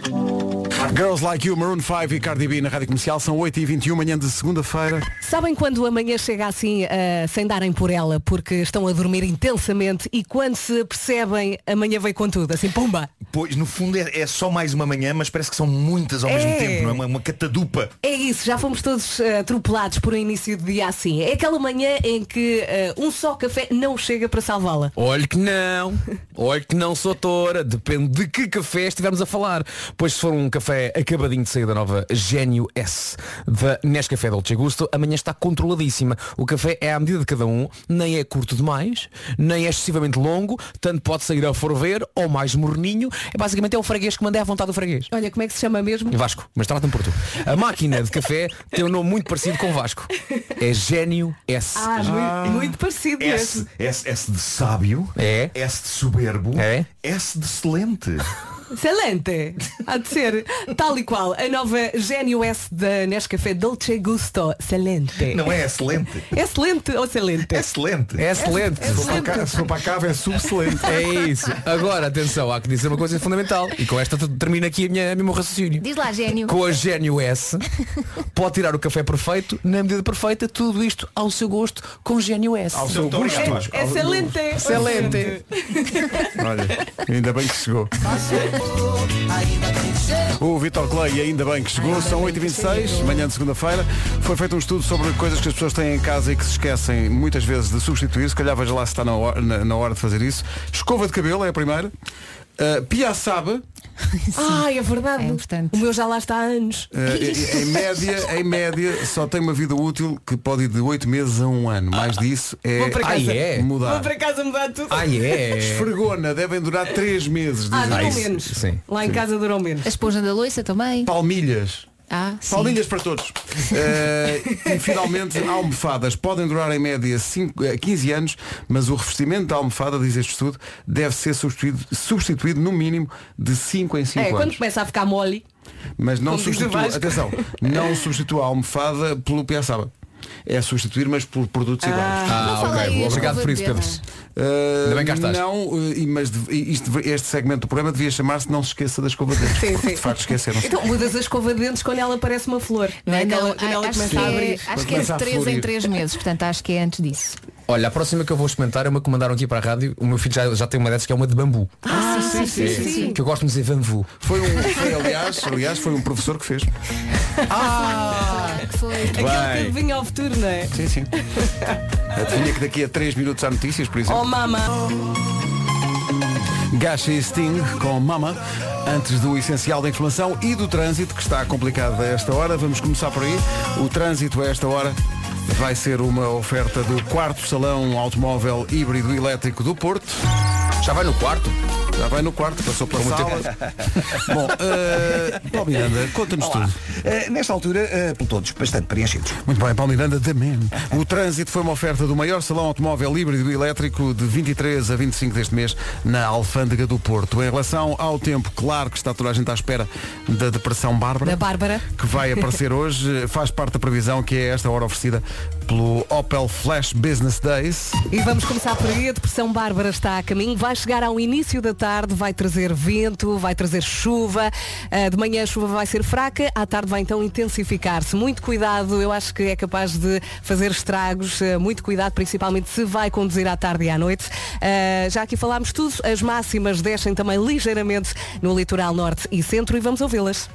Girls Like You, Maroon 5 e Cardi B na Rádio Comercial. São 8 e 21, manhã de segunda-feira. Sabem quando amanhã chega assim ah, sem darem por ela porque estão a dormir intensamente e quando se percebem amanhã vem com tudo, assim pumba. Pois, no fundo é, é só mais uma manhã, mas parece que são muitas ao É. mesmo tempo, não é? Uma, uma catadupa. É isso, já fomos todos ah, atropelados por um início de dia assim. É aquela manhã em que ah, um só café não chega para salvá-la. Olhe que não, olhe que não sou toura, depende de que café estivermos a falar. Pois se for um café acabadinho de sair da nova Gênio S da Nescafé Dolce Gusto, amanhã está controladíssima. O café é à medida de cada um, nem é curto demais, nem é excessivamente longo, tanto pode sair a ferver ou mais morninho. É basicamente é o freguês que manda é à vontade do freguês. Olha, como é que se chama mesmo? Vasco, mas trata-me por tu. A máquina de café tem um nome muito parecido com Vasco. É Gênio S. Ah, muito, muito parecido S, mesmo. S, S de sábio, É. S de soberbo, É. S de excelente. Excelente! Há de ser tal e qual. A nova Gênio S da Nescafé Dolce Gusto. Excelente. Não é excelente. Excelente ou excelente? É excelente. É excelente. Se for para cá, é subcelente. É isso. Agora, atenção, há que dizer uma coisa fundamental. E com esta termina aqui a minha, a meu raciocínio. Diz lá, gênio. Com a Gênio S, pode tirar o café perfeito, na medida perfeita, tudo isto ao seu gosto, com Gênio S. Ao seu gosto. Vasco. Excelente! Excelente! Olha, É. ainda bem que chegou. O Vitor Clay ainda bem que chegou, são 8h26, manhã de segunda-feira. Foi feito um estudo sobre coisas que as pessoas têm em casa e que se esquecem muitas vezes de substituir. Se calhar veja lá se está na hora, na- na hora de fazer isso. Escova de cabelo é a primeira. Uh, piaçaba, Ah, é verdade. É importante. O meu já lá está há anos. uh, em, em média, em média, só tem uma vida útil que pode ir de 8 meses a um ano. Mais disso Vou é para Ah, casa. é? Vou mudar. para casa mudar tudo. Ah, é? Esfregona, devem durar 3 meses. Ah, Dizem. durou isso- menos. sim. Lá em casa durou menos. A esponja da loiça também. Palmilhas. Ah, sim. Palmilhas para todos. Eh, e finalmente, almofadas podem durar em média cinco- eh, 15 anos, mas o revestimento da almofada, diz este estudo, deve ser substituído, substituído no mínimo de 5 em 5 É, anos. quando começa a ficar mole. Mas não como diz o substitua, Vasco. atenção, não substitua a almofada pelo piaçaba. É substituir, mas por produtos iguais. Não Ah, falei, ok. eu Obrigado escova por de isso, dedo. Pedro. Eh, Ainda bem cá estás. Não, eh, e- mas deve- isto deve- este segmento do programa devia chamar-se Não se esqueça da escova de dentes. Sim, porque sim. De facto esqueceram-se. Então mudas a escova de dentes quando ela parece uma flor. Não, é? Não, Aquela- quando ela acho começa a que é- abrir. Acho que é Começa a de 3 em florir. 3 meses, portanto acho que é antes disso. Olha, a próxima que eu vou experimentar é uma que mandaram aqui para a rádio. O meu filho já, já tem uma dessas que é uma de bambu. Ah, sim, sim, sim, Que eu gosto de dizer bambu. Foi um, foi, aliás, aliás, foi um professor que fez. Claro que foi. Aquele Ah, que vinha ao futuro, não é? Sim, sim. Adivinha que daqui a 3 minutos há notícias, por Oh exemplo. mama. Gacha e Sting com Mama, antes do essencial da informação e do trânsito, que está complicado a esta hora. Vamos começar por aí. O trânsito a esta hora vai ser uma oferta do quarto salão automóvel híbrido elétrico do Porto. Já vai no quarto? Já vai no quarto, passou pela sala. Bom, eh, Paulo Miranda, conta-nos Olá. tudo. Eh, nesta altura, eh, por todos, bastante preenchidos. Muito bem, Paulo Miranda, da MEM. O trânsito foi uma oferta do maior salão automóvel híbrido e elétrico de 23 a 25 deste mês na Alfândega do Porto. Em relação ao tempo, claro que está toda a gente à espera da depressão Bárbara. Da Bárbara. Que vai aparecer hoje, faz parte da previsão que é esta hora oferecida pelo Opel Flash Business Days. E vamos começar por aí. A depressão Bárbara está a caminho. Vai chegar ao início da tarde, vai trazer vento, vai trazer chuva. Ah, De manhã a chuva vai ser fraca, à tarde vai então intensificar-se. Muito cuidado, eu acho que é capaz de fazer estragos. Ah, Muito cuidado, principalmente se vai conduzir à tarde e à noite. Ah, Já aqui falámos tudo, as máximas descem também ligeiramente no litoral norte e centro e vamos ouvi-las.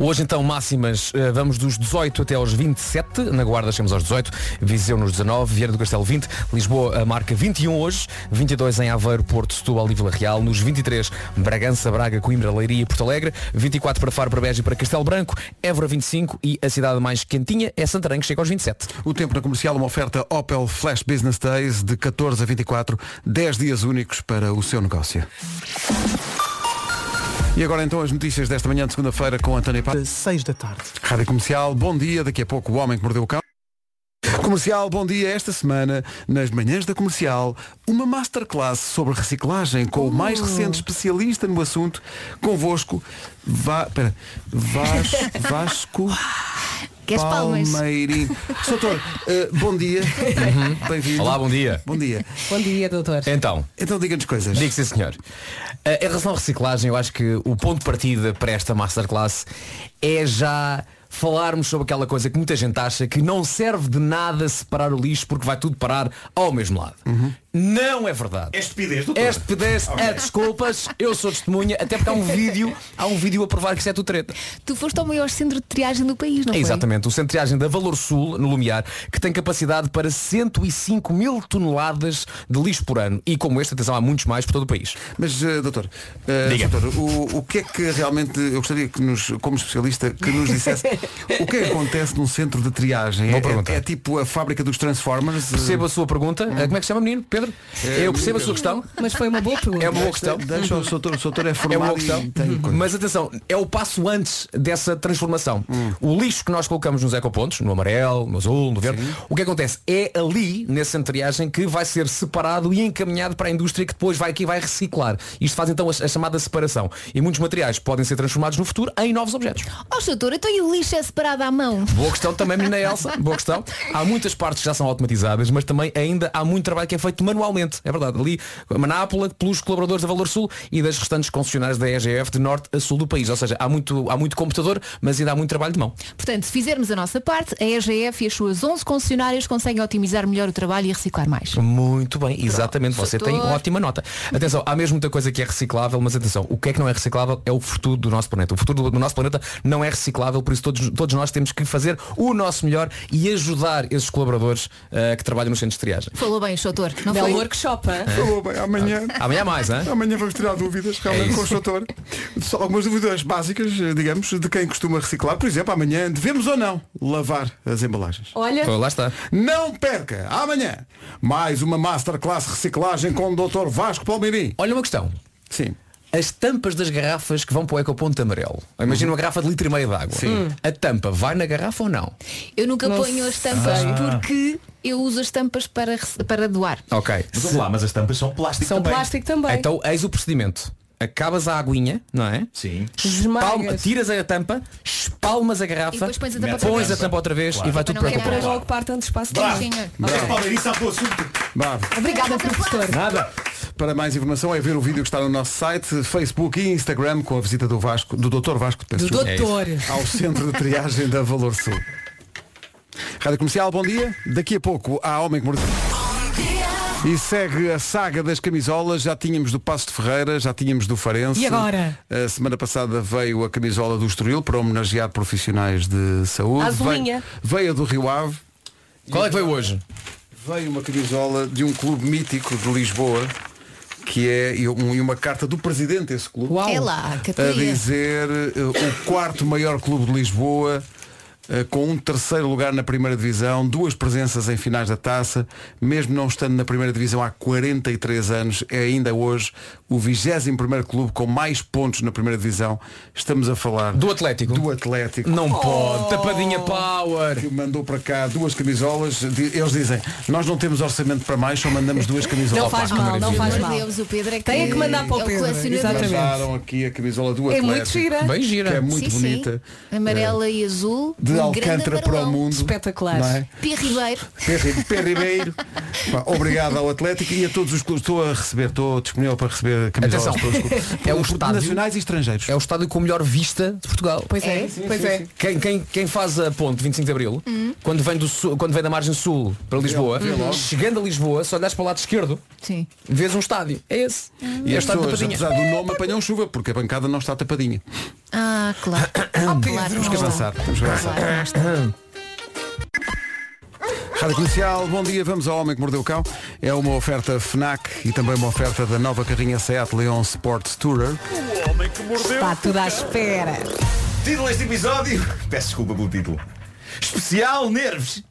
Hoje então máximas, eh, vamos dos 18 até aos 27, na Guarda chegamos aos 18, Viseu nos 19, Vieira do Castelo 20, Lisboa a marca 21 hoje, 22 em Aveiro, Porto, Setúbal e Vila Real, nos 23 Bragança, Braga, Coimbra, Leiria e Porto Alegre, 24 para Faro, para Beja e para Castelo Branco, Évora 25 e a cidade mais quentinha é Santarém que chega aos 27. O tempo na comercial, uma oferta Opel Flash Business Days de 14 a 24, 10 dias únicos para o seu negócio. E agora então as notícias desta manhã de segunda-feira com António Pá. 6 da tarde. Rádio Comercial, bom dia. Daqui a pouco o homem que mordeu o cão. Comercial, bom dia. Esta semana, nas manhãs da comercial, uma masterclass sobre reciclagem com o mais recente especialista no assunto, convosco, va... pera, Vas... Vasco. Queres palmas? Palmeirinho. Sr. Doutor, eh, bom dia. Bem-vindo. Olá, bom dia. Bom dia. Bom dia, doutor. Então. Então diga-nos coisas. Digo sim, senhor. Eh, em relação à reciclagem, eu acho que o ponto de partida para esta masterclass é já falarmos sobre aquela coisa que muita gente acha que não serve de nada separar o lixo porque vai tudo parar ao mesmo lado. Não é verdade. É estupidez, doutor. É estupidez, é desculpas, eu sou testemunha, até porque há um vídeo, há um vídeo a provar que isso é tudo treta. Tu foste ao maior centro de triagem do país, não É, foi? Exatamente, o centro de triagem da Valor Sul, no Lumiar, que tem capacidade para 105 mil toneladas de lixo por ano. E como este, atenção, há muitos mais por todo o país. Mas, eh, doutor, eh, Diga. doutor, o, o que é que realmente, eu gostaria que nos, como especialista, que nos dissesse o que é que acontece num centro de triagem? Boa É- pergunta. é, é tipo a fábrica dos Transformers? eh? Percebo a sua pergunta. Eh, Como é que se chama, menino? Pedro? Eh, Eu percebo a sua questão. Mas foi uma boa pergunta. É uma boa questão. Deixa o doutor, o doutor é Uhum. É formado uma boa e questão. tem coisa. Mas atenção, é o passo antes dessa transformação. Hum. O lixo que nós colocamos nos ecopontos, no amarelo, no azul, no verde, o que acontece? É ali, nesse centro de triagem, que vai ser separado e encaminhado para a indústria que depois vai aqui e vai reciclar. Isto faz então a, a chamada separação. E muitos materiais podem ser transformados no futuro em novos objetos. Oh, doutor, então e o lixo é separado à mão? Boa questão também, menina Elsa. Boa questão. Há muitas partes que já são automatizadas, mas também ainda há muito trabalho que é feito manualmente. É verdade. Ali, Manápola, pelos colaboradores da Valor Sul e das restantes concessionárias da EGF de norte a sul do país. Ou seja, há muito, há muito computador, mas ainda há muito trabalho de mão. Portanto, se fizermos a nossa parte, a EGF e as suas 11 concessionárias conseguem otimizar melhor o trabalho e reciclar mais. Muito bem, exatamente. Você tem Doutor. ótima nota. Atenção, há mesmo muita coisa que é reciclável, mas atenção, o que é que não é reciclável é o futuro do nosso planeta. O futuro do- do nosso planeta não é reciclável, por isso todos, todos nós temos que fazer o nosso melhor e ajudar esses colaboradores eh, que trabalham nos centros de triagem. Falou bem, doutor, não Belo foi? workshop, hein? Falou bem, amanhã. Amanhã há mais, hein? Amanhã vamos tirar dúvidas realmente É com o isso. doutor. Só algumas dúvidas básicas, eh, digamos, de quem costuma reciclar. Por exemplo, amanhã devemos ou não lavar as embalagens. Olha, Pô, lá está. Não perca, amanhã, mais uma Masterclass Reciclagem com o Dr. Vasco Palmeirim. Olha uma questão. Sim. As tampas das garrafas que vão para o ecoponto amarelo. Imagina uma garrafa de litro e meio de água. Sim. A tampa vai na garrafa ou não? Eu nunca Não Ah. ponho as tampas porque eu uso as tampas para, rece- para doar. Ok. Mas vamos lá, mas as tampas são plásticas. são plástico também. um Então eis o procedimento. Acabas a aguinha, não é? Sim. Espalma, Esmagas. tiras a tampa, espalmas a garrafa, E depois pões a tampa Mete outra pões a vez. tampa outra vez Claro. e vai tudo Para para não é para ganhar. o não ocupar tanto espaço. Bravo. Sim, senhor. Mas Paulo, isso sabe o assunto. Bravo. Obrigada, professor. Nada. Para mais informação é ver o vídeo que está no nosso site, Facebook e Instagram com a visita do Vasco, do Dr. Vasco peço Do desculpa, É doutor. ao Centro de Triagem da Valor Sul. Rádio Comercial, bom dia. Daqui a pouco há Homem que Mordeu. E segue a saga das camisolas. Já tínhamos do Passo de Ferreira, já tínhamos do Farense. E agora? A semana passada veio a camisola do Estoril para homenagear profissionais de saúde. Azulinha. Veio, veio a do Rio Ave. Qual é que veio hoje? Veio uma camisola de um clube mítico de Lisboa que é e um- e uma carta do presidente desse clube É lá, a Catarina. dizer eh, o quarto maior clube de Lisboa eh, com um terceiro lugar na primeira divisão, duas presenças em finais da taça, mesmo não estando na primeira divisão há 43 anos, é ainda hoje o 21 clube com mais pontos na primeira divisão. Estamos a falar Do Atlético. do Atlético Não pode. Tapadinha power. que mandou para cá duas camisolas, Di- eles dizem, nós não temos orçamento para mais, só mandamos duas camisolas. Não faz que mal, não maravilha. faz Meu mal. Deus, o Pedro é que Tem que mandar para o é Pedro, colecionador. exatamente. Mandaram aqui a camisola do É Atlético. muito gira. Bem gira. Que é muito Sim, sim. bonita. É. Amarela e azul. De um grande Alcântara para o amarelão. mundo. Espetacular. Não é? Pia Ribeiro. Perri- Pé Ribeiro. Pá, Obrigado ao Atlético e a todos os clubes. Estou a receber, estou disponível para receber camisolas Atenção. de todos os clubes. É um Por- estádio. nacionais e estrangeiros. É o estádio com a melhor vista de Portugal. Pois é, pois é. Hum. Quem, quem, quem faz a ponte 25 de Abril, quando, vem do sul, quando vem da margem sul para Lisboa, Uhum. chegando a Lisboa, se olhares para o lado esquerdo, Sim. vês um estádio. É esse. E é o as estádio Hum. pessoas, da Padinha. apesar do nome, apanham chuva, porque a bancada não está tapadinha. Ah, claro. Ah, claro. Temos que avançar, temos que avançar. Rádio Comercial, bom dia, vamos ao Homem que Mordeu o Cão. É uma oferta FNAC e também uma oferta da nova carrinha Seat Leon Sports Tourer. O homem que mordeu. Está tudo à espera. Título deste episódio. Peço desculpa pelo título. Especial Nerves.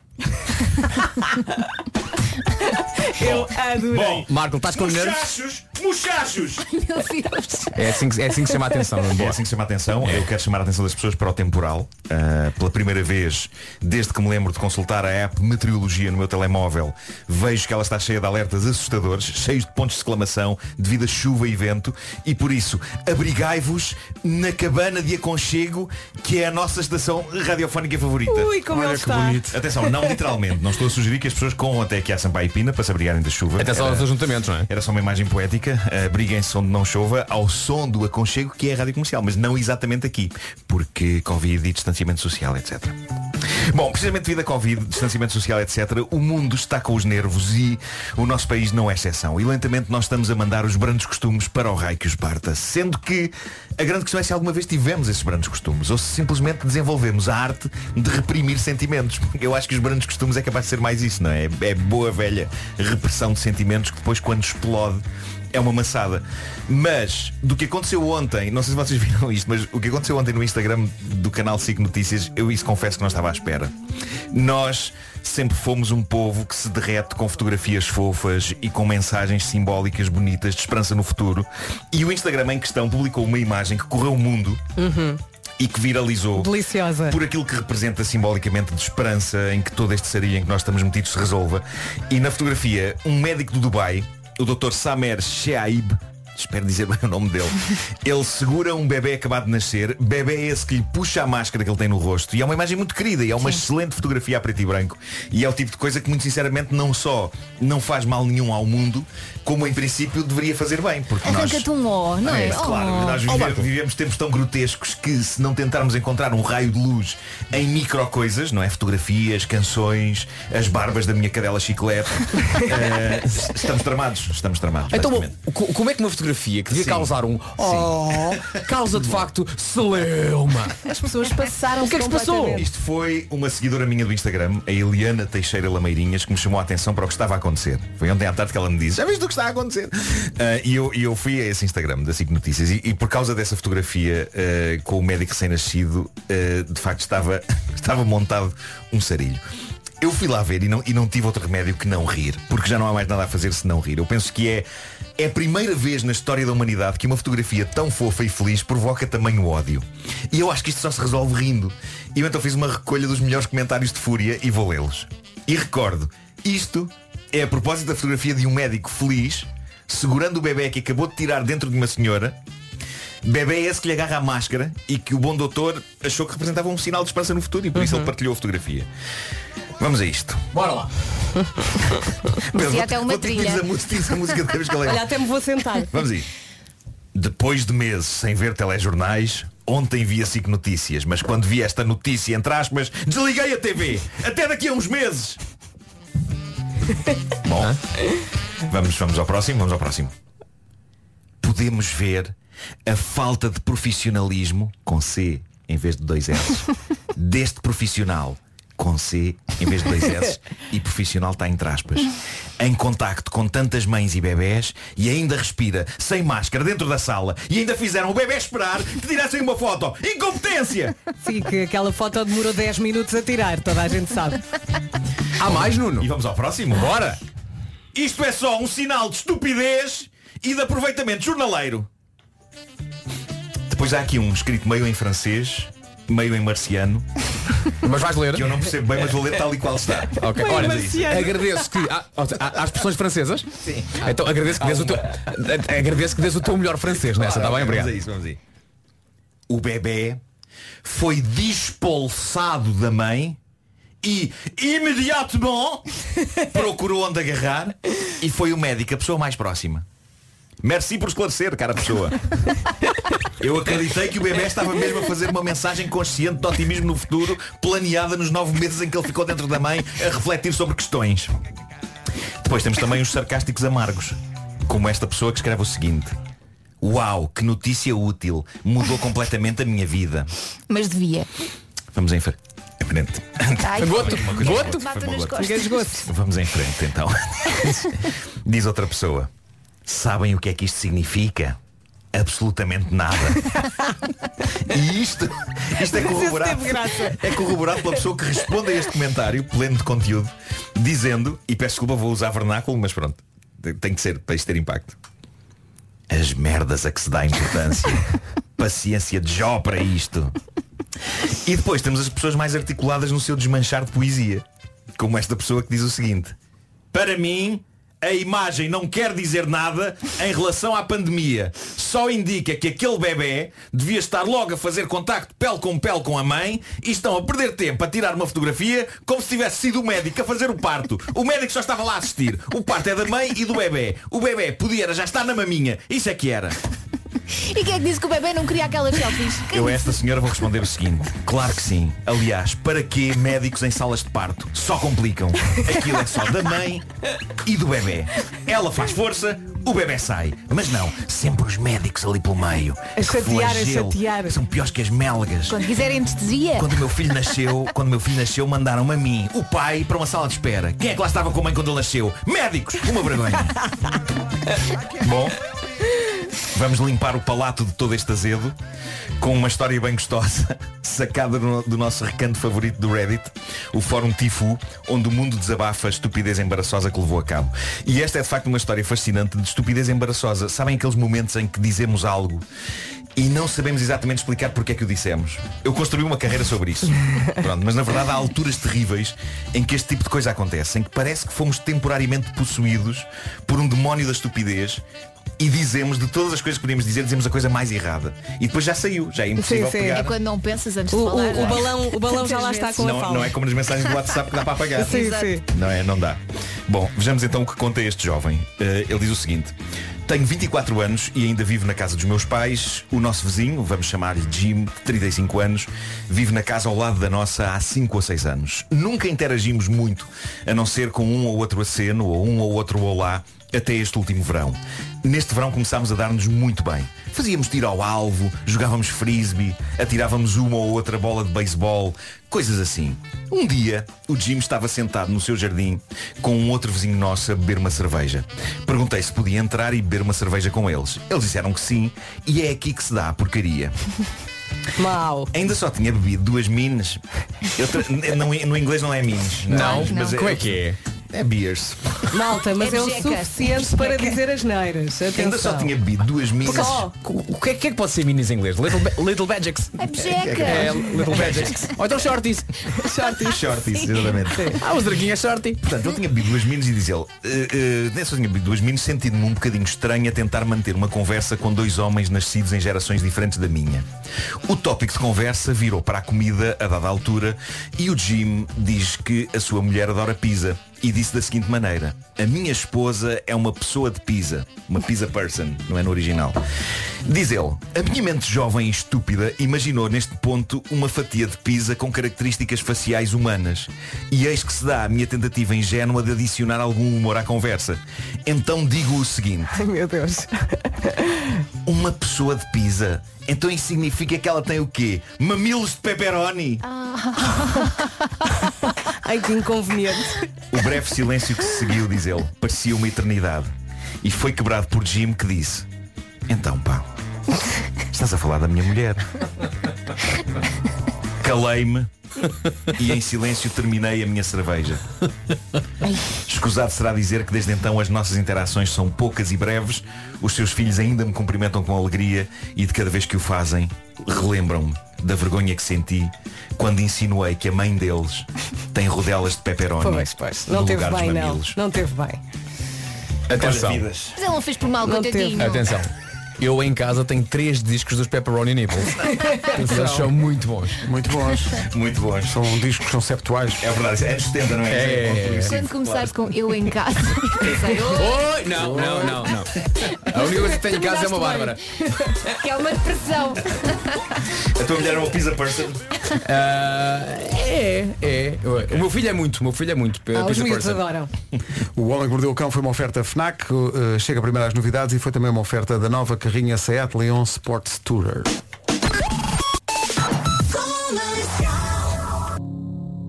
Eu adorei. Marco, estás com nervos? Muchachos, muchachos. Meu Deus. É assim, que- é assim que se chama a atenção. Nuno. É assim que chama a atenção. Eu quero chamar a atenção das pessoas para o temporal. Ah, pela primeira vez, desde que me lembro de consultar a app Meteorologia no meu telemóvel, vejo que ela está cheia de alertas assustadores, cheios de pontos de exclamação, devido a chuva e vento. E por isso, abrigai-vos na cabana de aconchego, que é a nossa estação radiofónica favorita. Ui, como ele está. Atenção, não literalmente. Não estou a sugerir que as pessoas corram até aqui à Sampaipina para se abrigarem da chuva. Atenção Era- aos ajuntamentos, não é? era só uma imagem poética, abriguem-se onde não chova, ao som do aconchego que é a rádio comercial, mas não exatamente aqui, porque Covid e distanciamento social, etc. Bom, precisamente devido a Covid, distanciamento social, etc., o mundo está com os nervos e o nosso país não é exceção. E lentamente nós estamos a mandar os brandos costumes para o raio que os parta. Sendo que a grande questão é se alguma vez tivemos esses brandos costumes ou se simplesmente desenvolvemos a arte de reprimir sentimentos. Eu acho que os brandos costumes é capaz de ser mais isso, não é? É boa velha repressão de sentimentos que depois quando explode é uma maçada. Mas do que aconteceu ontem, não sei se vocês viram isto, mas o que aconteceu ontem no Instagram do canal SIC Notícias, eu isso confesso que não estava à espera. Nós sempre fomos um povo que se derrete com fotografias fofas e com mensagens simbólicas bonitas de esperança no futuro. E o Instagram em questão publicou uma imagem que correu o mundo e que viralizou Deliciosa. por aquilo que representa simbolicamente de esperança em que todo este sarilho em que nós estamos metidos se resolva. E na fotografia, um médico do Dubai, o Dr. Samer Shaib, espero dizer bem o nome dele, ele segura um bebê acabado de nascer, bebê é esse que lhe puxa a máscara que ele tem no rosto. E é uma imagem muito querida e é uma excelente fotografia a preto e branco. E é o tipo de coisa que muito sinceramente não só não faz mal nenhum ao mundo, como em princípio deveria fazer bem. Porque nós... Arranca-te um ó, Ah, não é? É, claro, Oh. nós vive- vivemos tempos tão grotescos que se não tentarmos encontrar um raio de luz em micro coisas, não é? Fotografias, canções, as barbas da minha cadela chiclete, eh, s- estamos tramados, estamos tramados. Então, basicamente. co- como é que uma fotografia que devia Sim. causar um oh, causa de facto celeuma? As pessoas passaram O que é que se passou? Isto foi uma seguidora minha do Instagram, a Eliana Teixeira Lameirinhas, que me chamou a atenção para o que estava a acontecer. Foi ontem à tarde que ela me disse, já viste o que está a acontecer? Ah, e eu, e eu fui a esse Instagram da SIC Notícias e, e por causa dessa fotografia ah, com o médico recém-nascido, ah, de facto estava, estava montado um sarilho. Eu fui lá ver e não, e não tive outro remédio que não rir, porque já não há mais nada a fazer se não rir. Eu penso que é, é a primeira vez na história da humanidade que uma fotografia tão fofa e feliz provoca também o ódio. E eu acho que isto só se resolve rindo. E eu então fiz uma recolha dos melhores comentários de fúria e vou lê-los. E recordo, isto é a propósito da fotografia de um médico feliz, segurando o bebê que acabou de tirar dentro de uma senhora, Bebê é esse que lhe agarra a máscara e que o bom doutor achou que representava um sinal de esperança no futuro e por isso Uhum. ele partilhou a fotografia. Vamos a isto. Bora lá. Pedro, vou- até uma vou ter que trilha. dizer a música- diz a música da vez que eu lembro. Olha, até me vou sentar. Vamos a isto. Depois de meses sem ver telejornais, ontem vi a SIC Notícias, mas quando vi esta notícia, entre aspas, desliguei a TV. Até daqui a uns meses. Bom, vamos, vamos ao próximo, vamos ao próximo. Podemos ver a falta de profissionalismo, com C em vez de dois S, deste profissional, com C em vez de dois S, e profissional está entre aspas, em contacto com tantas mães e bebés, e ainda respira, sem máscara, dentro da sala, e ainda fizeram o bebê esperar que tirassem uma foto. Incompetência! Sim, que aquela foto demorou 10 minutos a tirar, toda a gente sabe. Há mais, Nuno? E vamos ao próximo? Bora! Isto é só um sinal de estupidez e de aproveitamento jornaleiro. Depois há aqui um escrito meio em francês, meio em marciano, Mas vais ler. que eu não percebo bem, mas vou ler tal e qual está. Ok, Meio olha, marciano. agradeço que há- há- há as pessoas francesas. Sim. Então agradeço que dês o teu agradeço que dês o teu melhor francês nessa, está bem, obrigado. Vamos a isso, vamos a isso. Tá O bebê foi despolsado da mãe e imediatamente procurou onde agarrar e foi o médico, a pessoa mais próxima. Merci por esclarecer, cara pessoa. Eu acreditei que o bebê estava mesmo a fazer uma mensagem consciente de otimismo no futuro, planeada nos nove meses em que ele ficou dentro da mãe a refletir sobre questões. Depois temos também os sarcásticos amargos, como esta pessoa que escreve o seguinte. Uau, que notícia útil. Mudou completamente a minha vida. Mas devia. Vamos em frente. Em frente. Ai, Foi goto, uma coisa goto. boa, Mata foi uma nas boa. costas. Ninguém desgosto. Vamos em frente então. Diz outra pessoa. Sabem o que é que isto significa? Absolutamente nada. E isto, isto é Mas esse corroborado. teve graça. É corroborado pela pessoa que responde a este comentário, pleno de conteúdo, dizendo, e peço desculpa, vou usar vernáculo, mas pronto, tem que ser para isto ter impacto. As merdas a que se dá importância. Paciência de Jó para isto. E depois temos as pessoas mais articuladas no seu desmanchar de poesia. Como esta pessoa que diz o seguinte. Para mim, a imagem não quer dizer nada em relação à pandemia. Só indica que aquele bebê devia estar logo a fazer contacto pele com pele com a mãe e estão a perder tempo a tirar uma fotografia como se tivesse sido o médico a fazer o parto. O médico só estava lá a assistir. O parto é da mãe e do bebê. O bebê podia era já estar na maminha. Isso é que era. E quem é que disse que o bebê não queria aquelas selfies? Quem é? Eu a esta senhora vou responder o seguinte Claro que sim Aliás, para que médicos em salas de parto? Só complicam Aquilo é só da mãe e do bebê Ela faz força, o bebê sai Mas não, sempre os médicos ali pelo meio A chatear, a Flagelo. chatear. São piores que as melgas Quando quiserem anestesia. é quando o meu filho nasceu, quando o meu filho nasceu, mandaram-me a mim, o pai, para uma sala de espera. Quem é que lá estava com a mãe quando ele nasceu? Médicos! Uma vergonha. Bom, vamos limpar o palato de todo este azedo com uma história bem gostosa, sacada do, do nosso recanto favorito do Reddit, o Fórum Tifu, onde o mundo desabafa a estupidez embaraçosa que levou a cabo. E esta é de facto uma história fascinante de estupidez embaraçosa. Sabem aqueles momentos em que dizemos algo e não sabemos exatamente explicar porque é que o dissemos. Eu construí uma carreira sobre isso. Pronto, mas na verdade há alturas terríveis em que este tipo de coisa acontece, em que parece que fomos temporariamente possuídos por um demónio da estupidez e dizemos de todas as coisas que podíamos dizer, dizemos a coisa mais errada. E depois já saiu, já é impossível pegar. É quando não pensas antes O- de o- falar. o não é? balão- o balão já lá está Tantas com a vezes. não, não é como nas mensagens do WhatsApp que dá para apagar. Sim, Exato. sim. Não é, não dá. Bom, vejamos então o que conta este jovem. Eh, ele diz o seguinte. Tenho 24 anos e ainda vivo na casa dos meus pais. O nosso vizinho, vamos chamar-lhe Jim, de 35 anos, vive na casa ao lado da nossa há 5 ou 6 anos. Nunca interagimos muito, a não ser com um ou outro aceno ou um ou outro olá até este último verão. Neste verão começámos a dar-nos muito bem. Fazíamos tiro ao alvo, jogávamos frisbee, atirávamos uma ou outra bola de beisebol, coisas assim. Um dia, o Jim estava sentado no seu jardim com um outro vizinho nosso a beber uma cerveja. Perguntei se podia entrar e beber uma cerveja com eles. Eles disseram que sim, e é aqui que se dá a porcaria. Mal. Ainda só tinha bebido duas minas. Eu tra- não- no inglês não é minas. Não? mas Como é que É beers. Malta, mas é, É o bejeca. suficiente para dizer as neiras. Ainda só Atenção. tinha bebido duas minas. Só. O que é que, é que pode ser minis em inglês? Little, Ba- little Magics. É bejeca. É, Little Magics. Ou então Shorties. Shorties. Shorties, exatamente. Ah, os draguinhas Shorty. Portanto, ele tinha bebido duas minas e diz ele, eh, eh, nessa tinha bebido duas minas, sentindo-me um bocadinho estranho a tentar manter uma conversa com dois homens nascidos em gerações diferentes da minha. O tópico de conversa virou para a comida a dada altura e o Jim diz que a sua mulher adora pizza e disse da seguinte maneira, a minha esposa é uma pessoa de pizza, uma pizza person, não é no original. Diz ele, a minha mente jovem e estúpida imaginou neste ponto uma fatia de pizza com características faciais humanas. E eis que se dá a minha tentativa ingênua de adicionar algum humor à conversa. Então digo o seguinte. Ai meu Deus. Uma pessoa de pizza. Então isso significa que ela tem o quê? Mamilos de pepperoni. Ai que inconveniente. O breve silêncio que se seguiu, diz ele, parecia uma eternidade. E foi quebrado por Jim que disse Então pá, estás a falar da minha mulher. Calei-me e em silêncio terminei a minha cerveja. Escusado será dizer que desde então as nossas interações são poucas e breves, os seus filhos ainda me cumprimentam com alegria e de cada vez que o fazem, relembram-me da vergonha que senti quando insinuei que a mãe deles tem rodelas de pepperoni Pois, pois. Não no teve lugar dos bem, não. mamilos. Não teve bem. Atenção. Olha, vidas. Mas ele não fez por mal, Não coitadinho. Atenção. Eu em casa tenho três discos dos Pepperoni Nipples. Eles são muito bons. Muito bons. Muito bons. São discos conceptuais. É verdade, é de 70, não é? É, é, é. Quando começares com eu em casa, pensei, oh, Oi! Não, não, não, não. A única coisa que tenho em casa é uma Bárbara. que é uma depressão. A tua mulher é uma pizza person. Ah, É. É. O meu filho é muito, o meu filho é muito. Ah, os Peter miúdos Parson. adoram. O Homem que Mordeu o Cão foi uma oferta FNAC, eh, chega primeiro às novidades e foi também uma oferta da nova carrinha Seat Leon Sports Tourer.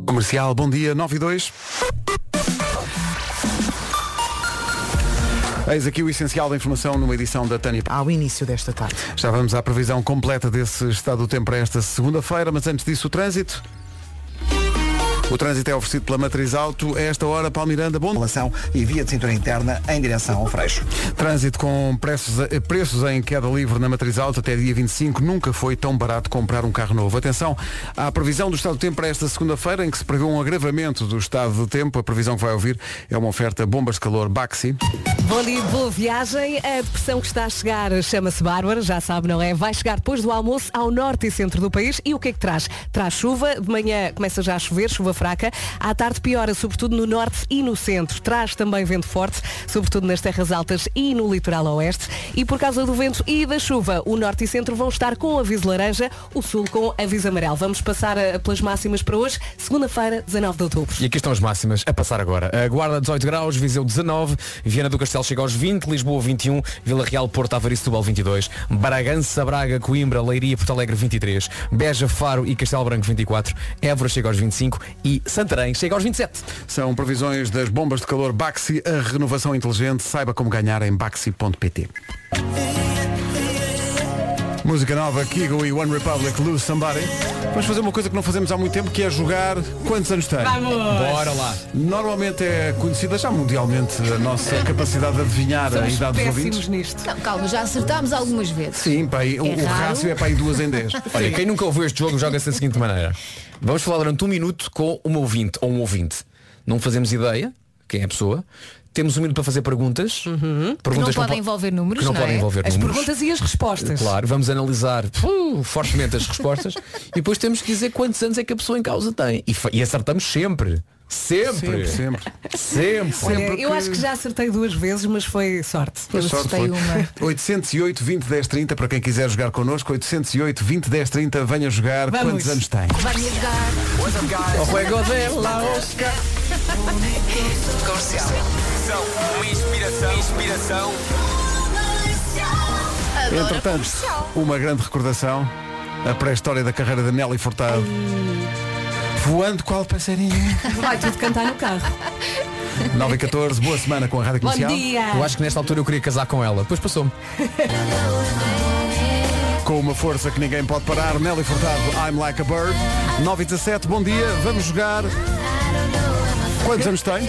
Comercial, bom dia, 9 e 2. Eis aqui o essencial da informação numa edição da Tânia. Ao início desta tarde. Já vamos à previsão completa desse estado do tempo para esta segunda-feira, mas antes disso o trânsito. O trânsito é oferecido pela Matriz Auto. A esta hora, Palmiranda, bom Relação e via de cintura interna em direção ao Freixo. Trânsito com preços, eh, preços em queda livre na Matriz Alta até dia 25. Nunca foi tão barato comprar um carro novo. Atenção à previsão do estado do tempo para esta segunda-feira, em que se prevê um agravamento do estado do tempo. A previsão que vai ouvir é uma oferta bombas de calor Baxi. Bom dia, boa viagem. A depressão que está a chegar chama-se Bárbara, já sabe, não é? Vai chegar depois do almoço ao norte e centro do país. E o que é que traz? Traz chuva, de manhã começa já a chover, chuva fraca. À tarde piora, sobretudo no norte e no centro. Traz também vento forte, sobretudo nas terras altas e no litoral oeste. E por causa do vento e da chuva, o norte e centro vão estar com aviso laranja, o sul com aviso amarelo. Vamos passar eh, pelas máximas para hoje, segunda-feira, 19 de outubro. E aqui estão as máximas a passar agora. A Guarda 18 graus, Viseu 19, Viana do Castelo chega aos 20, Lisboa 21, Vila Real, Porto Avarice, Setúbal 22, Bragança, Braga, Coimbra, Leiria, Porto Alegre 23, Beja, Faro e Castelo Branco 24, Évora chega aos 25 e Santarém chega aos 27. São previsões das bombas de calor Baxi, a renovação inteligente. Saiba como ganhar em baxi.pt. Música nova, Kigo e One Republic, Lose Somebody. Vamos fazer uma coisa que não fazemos há muito tempo, que é jogar quantos anos tem. Vamos! Bora lá. Normalmente é conhecida já mundialmente a nossa capacidade de adivinhar a idade dos ouvintes. nisto. Não, calma, já acertámos algumas vezes. Sim, pá, aí, o, É o raro. rácio é para aí duas em dez. Olha, quem nunca ouviu este jogo joga-se da seguinte maneira. Vamos falar durante um minuto com uma ouvinte ou um ouvinte. Não fazemos ideia quem é a pessoa. Temos um minuto para fazer perguntas. Uhum. Que não Perguntas podem po- envolver números, que não, não podem é? envolver As números. perguntas e as respostas. Claro, vamos analisar uh, fortemente as respostas e depois temos que dizer quantos anos é que a pessoa em causa tem. E, fa- e acertamos sempre. Sempre, Sempre. sempre. Sempre. Olha, Sempre eu acho que já acertei duas vezes, mas foi sorte. Eu Sorte acertei foi. uma. 808 20 10 30 para quem quiser jogar connosco 808 20 10 30 venha jogar Vamos. quantos anos tem Vai-me ajudar. O juego de la Oscar. entretanto uma grande recordação a pré-história da carreira de Nelly Furtado voando qual passarinho Vai tudo cantar no carro. 9 e 14 boa semana com a Rádio Bom Comercial dia. Eu acho que nesta altura eu queria casar com ela. Depois passou-me. com uma força que ninguém pode parar Nelly Furtado I'm Like a Bird 9 e 17 bom dia vamos jogar Quantos anos tem?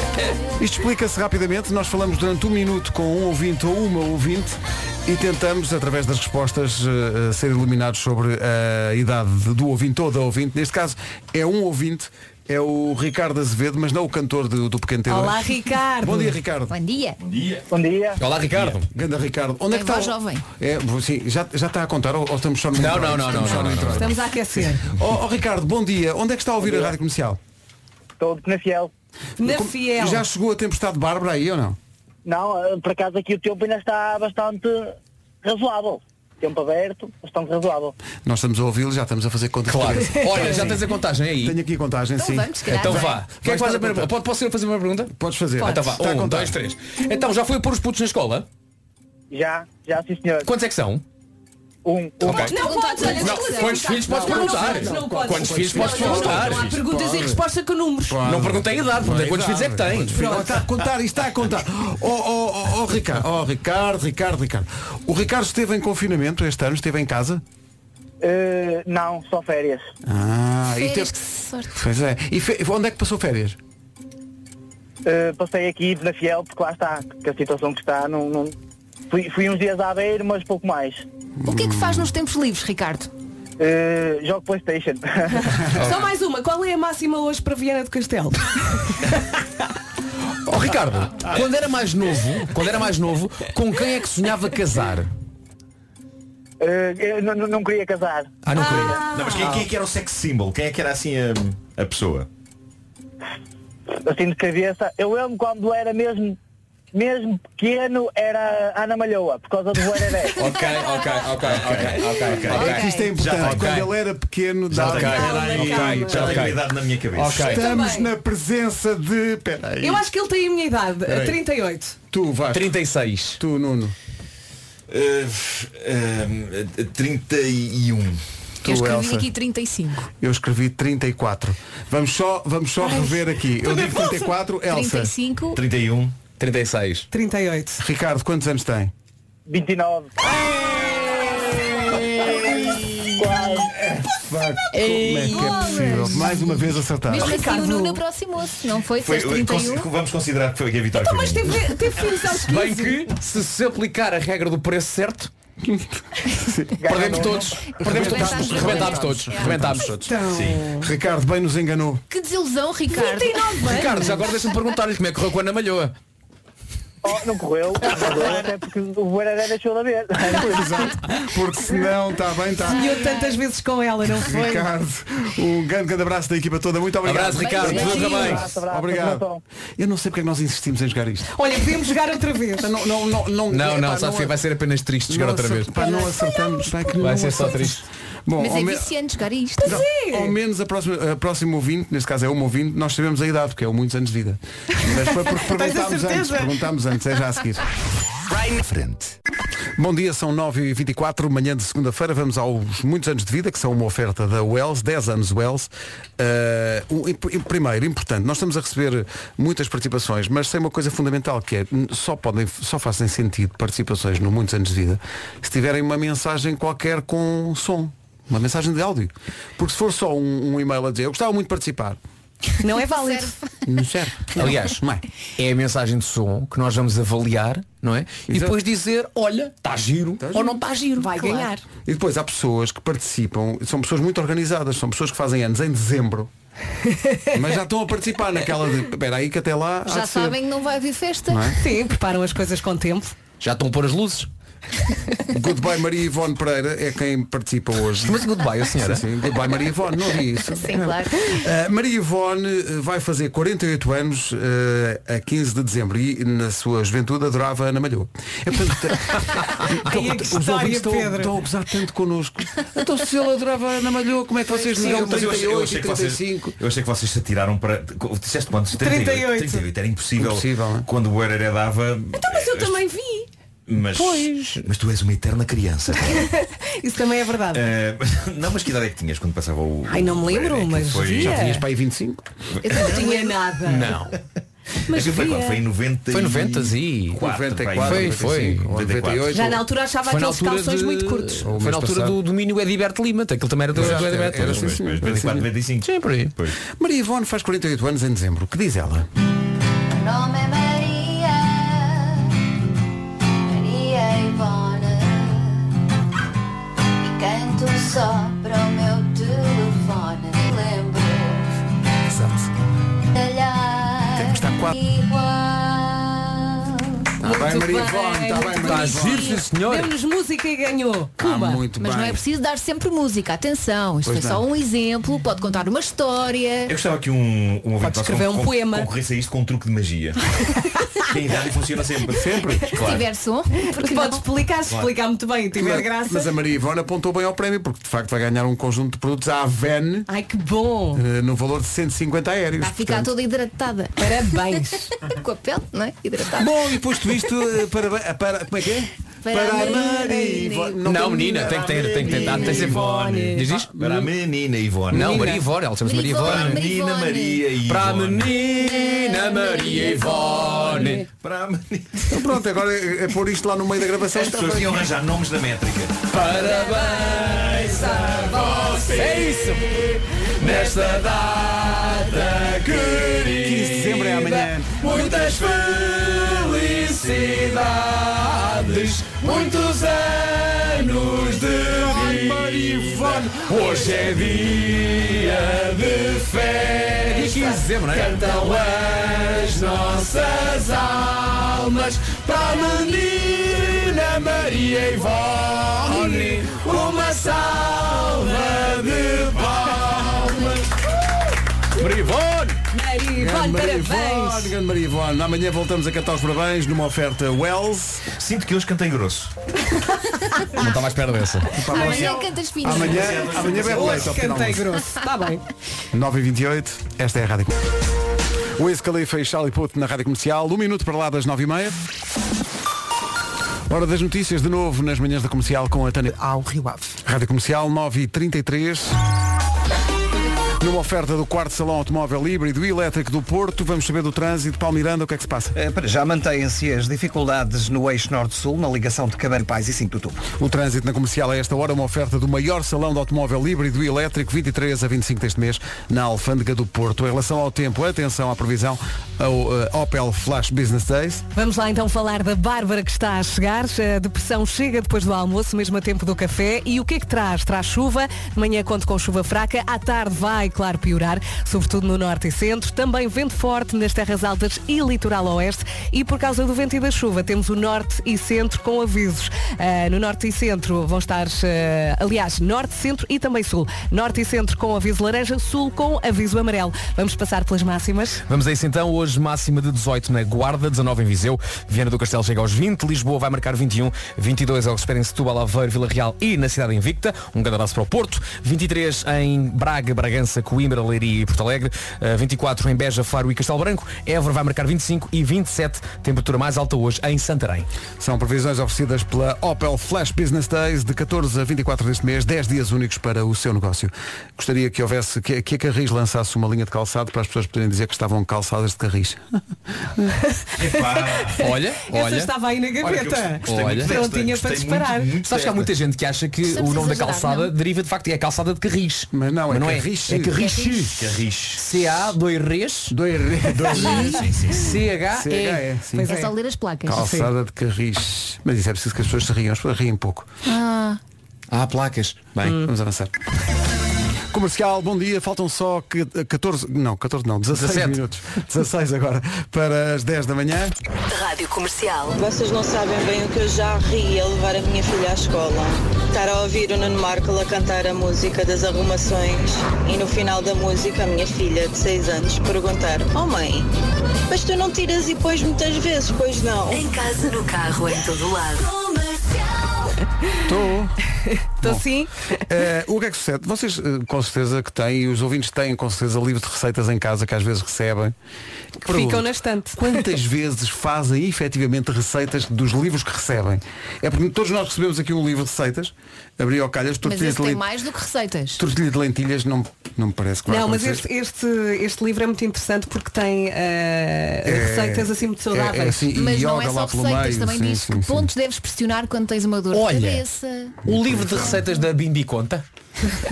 Isto explica-se rapidamente. Nós falamos durante um minuto com um ouvinte ou uma ouvinte e tentamos, através das respostas, eh, eh, ser iluminados sobre a idade de- do ouvinte ou da ouvinte. Neste caso, é um ouvinte, é o Ricardo Azevedo, mas não o cantor do, do Pequeno T2. Olá, Ricardo. Bom dia, Ricardo. Bom dia. Bom dia. Olá, Ricardo. Ganda Ricardo. Onde é Tem que está? voz o- jovem. É, sim, já, já está a contar ou, ou estamos só no Não, introito? não, não, não, Estamos só não, no não, introito. Estamos a aquecer. Ó, ó, Ricardo, bom dia. Onde é que está a ouvir a Rádio Comercial? Estou de Penafiel. Na Como- fiel. Já chegou a tempestade de Bárbara aí ou não? Não, eh, por acaso aqui o tempo ainda está bastante razoável. Tempo aberto, bastante razoável. Nós estamos a ouvi-lo, já estamos a fazer conta. Claro. Olha, já tens a contagem aí. Tenho aqui a contagem, sim. vamos, caralho. Então vá. O que é que faz a primeira pergunta? Posso eu fazer uma pergunta? Podes fazer. Então vá. Está a Um, contar. dois, três. Então, já foi pôr os putos na escola? Já, já sim senhor. Quantos é que são? Um, um. Ok. Não podes, olha, Não, desculpa, quantos Ricardo. filhos podes Não, não perguntar? podes, não podes. Quantos filhos podes Não, não, perguntar? Não há perguntas e resposta com números. Não perguntei a idade, perguntei Não é quantos filhos é que idade, tem. quantos filhos- Está a contar, isto está a contar. Oh, oh, oh, oh, Ricardo, oh, Ricardo, Ricardo, Ricardo. O Ricardo esteve em confinamento este ano, esteve em casa? Eh, não, só férias. Ah, e teve... Férias, que sorte. Pois é. E fe- onde é que passou férias? Eh, passei aqui na Fiel porque lá está, que a situação que está não. não- Fui, fui uns dias à beira, mas pouco mais. O que é que faz nos tempos livres, Ricardo? Eh, jogo Playstation. Só mais uma. Qual é a máxima hoje para Viana do Castelo? Ó Oh, Ricardo, Ah. quando era mais novo, quando era mais novo, com quem é que sonhava casar? Eh, eu não, não- não queria casar. Ah, não queria. Não, mas quem, quem é que era o sex symbol? Quem é que era assim a, a pessoa? Assim de cabeça. Eu lembro quando era mesmo mesmo pequeno, era a Ana Malhoa, por causa do Boereré. Ok, ok, ok, ok, ok, ok. É que isto é importante. Já, ok. Quando ele era pequeno, Já dava tenho- calma, ok, calma. já tenho a idade na minha cabeça. Ok. Estamos Também. na presença de. Peraí. Eu acho que ele tem a minha idade, Peraí. 38. Tu, Vasco. 36. Tu, Nuno. Eh, f- eh, 31. Eu Tu, escrevi Elsa. aqui 35. Eu escrevi 34. Vamos só, vamos só rever aqui. Eu digo 34, Elsa. 35. 31. 36. 38. Ricardo, quantos anos tem? 29. Vá, como é que é possível? Mais uma vez acertado. Mesmo assim Ricardo. o Nuno aproximou-se, não foi? Foi, Fez eh, 31. cons- vamos considerar que foi aqui a vitória. um? Então, foi mas minha. teve, teve filhos aos Se Bem 15. que se se aplicar a regra do preço certo, perdemos todos. Perdemos todos. Rebentámos todos. Rebentámos todos. um. Ricardo bem nos enganou. Que desilusão, Ricardo. 39 anos. Ricardo, já agora deixa-me perguntar-lhe como é que correu com a Ana Malhoa. Oh, não correu, não correu, até porque o Boereré deixou de haver. Exato. Porque senão está bem, está. Sonhou tantas vezes com ela, não foi? Ricardo, um grande, grande abraço da equipa toda. Muito obrigado. Abraço, Ricardo. Beijinhos. Tudo bem. Abraço, abraço, Obrigado. abração. Eu não sei porque é que nós insistimos em jogar isto. Olha, podemos jogar outra vez. Não, não, não, não, epá, Não, não, sabe que vai ser apenas triste jogar não outra acer- vez. pá, não acertamos. pá, que não Vai ser só acertamos. triste. Bom, Mas ao é me- viciante jogar isto. não, é. ao menos a próxima, a próxima ouvinte, neste caso é uma ouvinte, nós sabemos a idade, porque é o muitos anos de vida. Mas foi porque perguntámos antes, certeza? perguntámos antes, é já a seguir. Frente. Bom dia, são 9h24, manhã de segunda-feira, vamos aos muitos anos de vida, que são uma oferta da Wells, 10 anos Wells. Eh, um, imp- im- primeiro, importante, nós estamos a receber muitas participações, mas tem uma coisa fundamental que é, n- só, podem, só fazem sentido participações no muitos anos de vida se tiverem uma mensagem qualquer com som, uma mensagem de áudio. Porque se for só um, um e-mail a dizer, eu gostava muito de participar, Não é válido. não serve. Aliás, não é. é a mensagem de som que nós vamos avaliar, não é? E Exato. depois dizer, olha, está giro ou não está giro. Vai ganhar. E depois há pessoas que participam, são pessoas muito organizadas, são pessoas que fazem anos em dezembro, mas já estão a participar naquela de. Espera aí que até lá. há Já de ser." sabem que não vai haver festa. Não é? Sim, preparam as coisas com tempo. Já estão a pôr as luzes. Goodbye Maria Ivone Pereira é quem participa hoje. Mas goodbye, a senhora. Sim, sim. Goodbye Maria Ivone, não ouvi isso. Sim, claro. Uh, Maria Ivone uh, vai fazer 48 anos uh, a 15 de dezembro e na sua juventude adorava Ana Malhou. É, portanto, Ai, é que os história, ouvintes estão, Pedro. estão a gozar tanto connosco. Então se ele adorava Ana Malhou, como é que vocês me dão Mas eu 38 achei, eu e achei que vocês, 35? eu achei que vocês se atiraram para. Disseste quantos? 38. 38. Era impossível. Impossível, né? Quando o Hereré dava. é? Então, mas eu também vi. Mas, Pois. mas tu és uma eterna criança. Isso também é verdade. Eh, não, mas que idade é que tinhas quando passava o. Ai, não me o lembro, Hereré? Aquilo mas foi, via. Tinhas para aí 25? Eu também Não tinha nada. Não. Mas Aquilo foi via. quando? Foi em 90 Foi 90 e... 94, Foi, foi. 95, 98. Já na altura achava Foi na aqueles altura, calções de- muito curtos. Ou Foi mês na altura passado. do domínio Ediberto Lima. Aquilo também era do, do Exato, Ediberto era Lima. assim. Pois, pois, 94, 95. Sim, por aí. Pois. Maria Ivone faz 48 anos em dezembro. O que diz ela? Meu nome é Maria, Maria Ivone. E canto só para o meu telefone. Lembro, Exato. calhar, Tem que estar quatro. igual. Está Tá bem, Maria Ivone, está bem, Maria Ivone. Tá giro, sim, senhor. Deu-nos música e ganhou. Ah, Puma. muito Mas bem. não é preciso dar sempre música, atenção, isto Pois é só não. um exemplo, pode contar uma história. Eu gostava que um, um ouvinte escrever nosso um poema. concorresse a isto com um truque de magia. que em rádio funciona sempre. Sempre? Se Claro. tiver som, porque Podes não? explicar, se explicar muito bem e tiver Mas- graça. Mas é- a Maria Ivone apontou bem ao prémio, porque de facto vai ganhar um conjunto de produtos à Aven Ai, que bom. eh, no valor de 150 aéreos. Vai ficar Portanto, toda hidratada. Parabéns. Com a pele, não é? Hidratada. Bom, e posto isto, eh, para, para, como é que é? Para a Maria Ivone. Não, tem- menina, tem que ter, tem que tentar, tem que ser Ivone. Diz isto? Para a menina Ivone. Não, Maria Ivone, ela chama-se Maria Para a Ivone. menina Maria Ivone. Para a menina Maria Ivone. Para a menina. Então Pronto, agora é é pôr isto lá no meio da gravação. As está pessoas bem. iam arranjar nomes da métrica. Parabéns a você. É isso. Nesta data querida. 15 de dezembro é amanhã. Muitas felicidades. Muitos anos de vida. Hoje é dia de festa. 15 de dezembro, não é? Cantam as nossas almas para a menina Maria Ivone. Uma salva de palmas. Maria Ivone! Maria Ivone, Maria parabéns! Ivone, grande Maria Ivone. Amanhã voltamos a cantar os parabéns numa oferta Wells. 5 quilos cantei grosso. Não estava à espera dessa. Amanhã cantas fininho. Amanhã, amanhã vai Hoje ao final. cantei grosso. Está bem. 9h28, esta é a Rádio Comercial. O Escalifa e Charlie Puth na Rádio Comercial. Um minuto para lá das 9h30. Hora das notícias de novo nas manhãs da comercial com a Tânia. Ao Rio Ave. Rádio Comercial 9h33. Numa oferta do quarto Salão Automóvel Híbrido e Elétrico do Porto, vamos saber do trânsito. Paulo Miranda, o que é que se passa? Eh, Para já mantêm-se as dificuldades no eixo norte-sul, na ligação de Cabeiro Pais e 5 de outubro. O trânsito na comercial a esta hora, uma oferta do maior salão de automóvel híbrido e elétrico, 23 a 25 deste mês, na Alfândega do Porto. Em relação ao tempo, atenção à previsão ao eh, Opel Flash Business Days. Vamos lá então falar da Bárbara que está a chegar. A depressão chega depois do almoço, mesmo a tempo do café. E o que é que traz? Traz chuva. De manhã conto com chuva fraca. À tarde vai, claro, piorar, sobretudo no norte e centro. Também vento forte nas terras altas e litoral oeste. E por causa do vento e da chuva, temos o norte e centro com avisos. Ah, no norte e centro vão estar, ah, aliás, norte, centro e também sul. Norte e centro com aviso laranja, sul com aviso amarelo. Vamos passar pelas máximas. Vamos a isso então, hoje máxima de 18 na Guarda, 19 em Viseu, Viana do Castelo chega aos 20, Lisboa vai marcar 21, 22 é o que se espera em Setúbal, Aveiro, Vila Real e na Cidade Invicta, um grande abraço para o Porto, 23 em Braga, Bragança, Coimbra, Leiria e Porto Alegre, eh, 24 em Beja, Faro e Castelo Branco, Évora vai marcar 25 e 27, temperatura mais alta hoje em Santarém. São previsões oferecidas pela Opel Flash Business Days de 14 a 24 deste mês, 10 dias únicos para o seu negócio. Gostaria que houvesse, que, que a Carris lançasse uma linha de calçado para as pessoas poderem dizer que estavam calçadas de Carris. Olha, Essa estava aí na gaveta. gostei Olha. muito desta, Prontinha para gostei disparar. muito, muito Sabes que há desta. muita gente que acha que Estamos o nome da a exagerar, calçada deriva de facto, é a calçada de Carris. Mas não, é Mas não Carris. é. É Carris. Carris. CA, dois res, Dois, dois Sim, sim, sim. CHE, CHE. sim. Pois É só ler as placas. Calçada de Carris. Mas isso é preciso que as pessoas se riam, as pessoas riem pouco. Ah, Há placas. Bem, Vamos avançar. Comercial, bom dia. Faltam só que- 14, não, 14 não, 16 17. minutos. 16 agora para as 10 da manhã. Rádio Comercial. Vocês não sabem bem o que eu já ri a levar a minha filha à escola. Estar a ouvir o Nuno Marco a cantar a música das arrumações e no final da música a minha filha de 6 anos perguntar Oh mãe, mas tu não tiras e pões muitas vezes, pois não? Em casa, no carro, em todo lado. Estou. Estou Então sim. Eh, o que é que sucede? Vocês eh, com certeza que têm, e os ouvintes têm com certeza livro de receitas em casa que às vezes recebem. Ficam Pergunto, na estante. Quantas vezes fazem efetivamente receitas dos livros que recebem? É porque todos nós recebemos aqui um livro de receitas, abri ao calhas, mas tortilha esse de, tem lent... mais do que receitas. tortilha de lentilhas, não, não me parece que vai Não, mas acontecer. este, este, este livro é muito interessante porque tem eh, receitas assim muito saudáveis. É, é assim, e Mas não é yoga só lá pelo receitas, meio, também sim, diz sim, que sim. pontos deves pressionar quando tens uma dor Olha. de cabeça. o livro de receitas da Bimbi conta.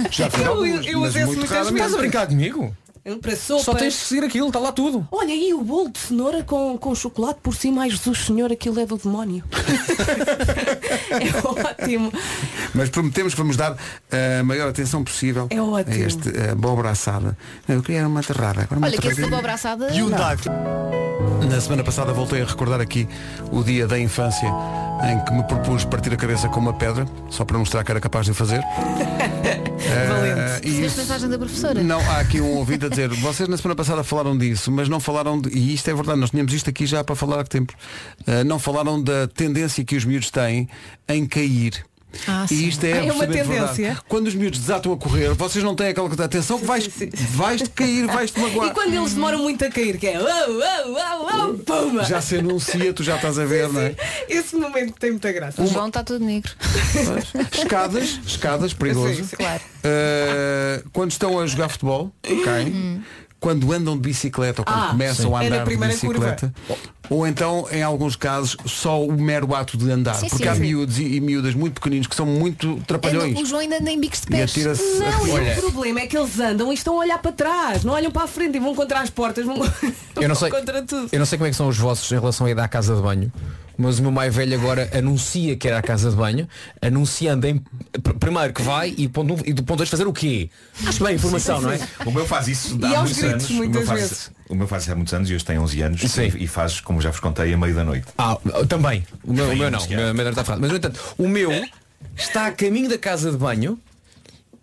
Já fiz Eu- algumas, eu mas uso esse muito muitas raramente. vezes. Estás a brincar comigo? Para sopas. Só tens de seguir aquilo, está lá tudo. Olha aí o bolo de cenoura com, com chocolate por cima. Ai Jesus Senhor, aquilo é do demónio. é ótimo. Mas prometemos que vamos dar a maior atenção possível É ótimo. a este uh, abóbora assada. Eu queria era uma aterrada. Agora uma Olha, que esse da aterrada. abóbora assada. E o Daco. Na semana passada voltei a recordar aqui o dia da infância em que me propus partir a cabeça com uma pedra, só para mostrar que era capaz de o fazer. Eh, Valente. E Recebeste mensagem da professora? Não, há aqui um ouvido a dizer, vocês na semana passada falaram disso, mas não falaram, de, e isto é verdade, nós tínhamos isto aqui já para falar há tempo, Ah, não falaram da tendência que os miúdos têm em cair. Ah, e sim. isto é, Ah, é uma absolutamente verdade. tendência. Quando os miúdos desatam a correr, vocês não têm aquela atenção que vais, vais te cair, vais te magoar. E quando eles demoram muito a cair, que é uau, uau, uau, uau, puma. Já se anuncia, tu já estás a ver, não é? Esse momento tem muita graça. O João está todo negro. Escadas, escadas, perigoso. Sim, sim. Claro. Uh, quando estão a jogar futebol, caem. Quando andam de bicicleta ou quando Uhum. Ah, começam a sim. É na andar de primeira bicicleta. Ou então, em alguns casos, só o mero ato de andar. Sim, porque sim, há sim. miúdos e, e miúdas muito pequeninos que são muito Anda- É, trapalhões. o João ainda nem bicos de E pés. atira-se. a- Não, e Olha. o problema é que eles andam e estão a olhar para trás, não olham para a frente e vão contra as portas, vão, Eu não sei. vão contra tudo. Eu não sei como é que são os vossos em relação a ir à casa de banho. Mas o meu mais velho agora anuncia que era à casa de banho, anunciando em pr- primeiro que vai e, ponto um- e do ponto 2 fazer o quê? Acho bem a informação, não é? O meu faz isso há E aos muitos gritos, anos. o, meu muitas faz, vezes. o meu faz isso há muitos anos e hoje tem 11 anos Sim. e, e faz, como já vos contei, a meio da noite. Ah, também. O meu, o meu não. Sim, O meu, o meu está ferrado. Mas no entanto, o meu está a caminho da casa de banho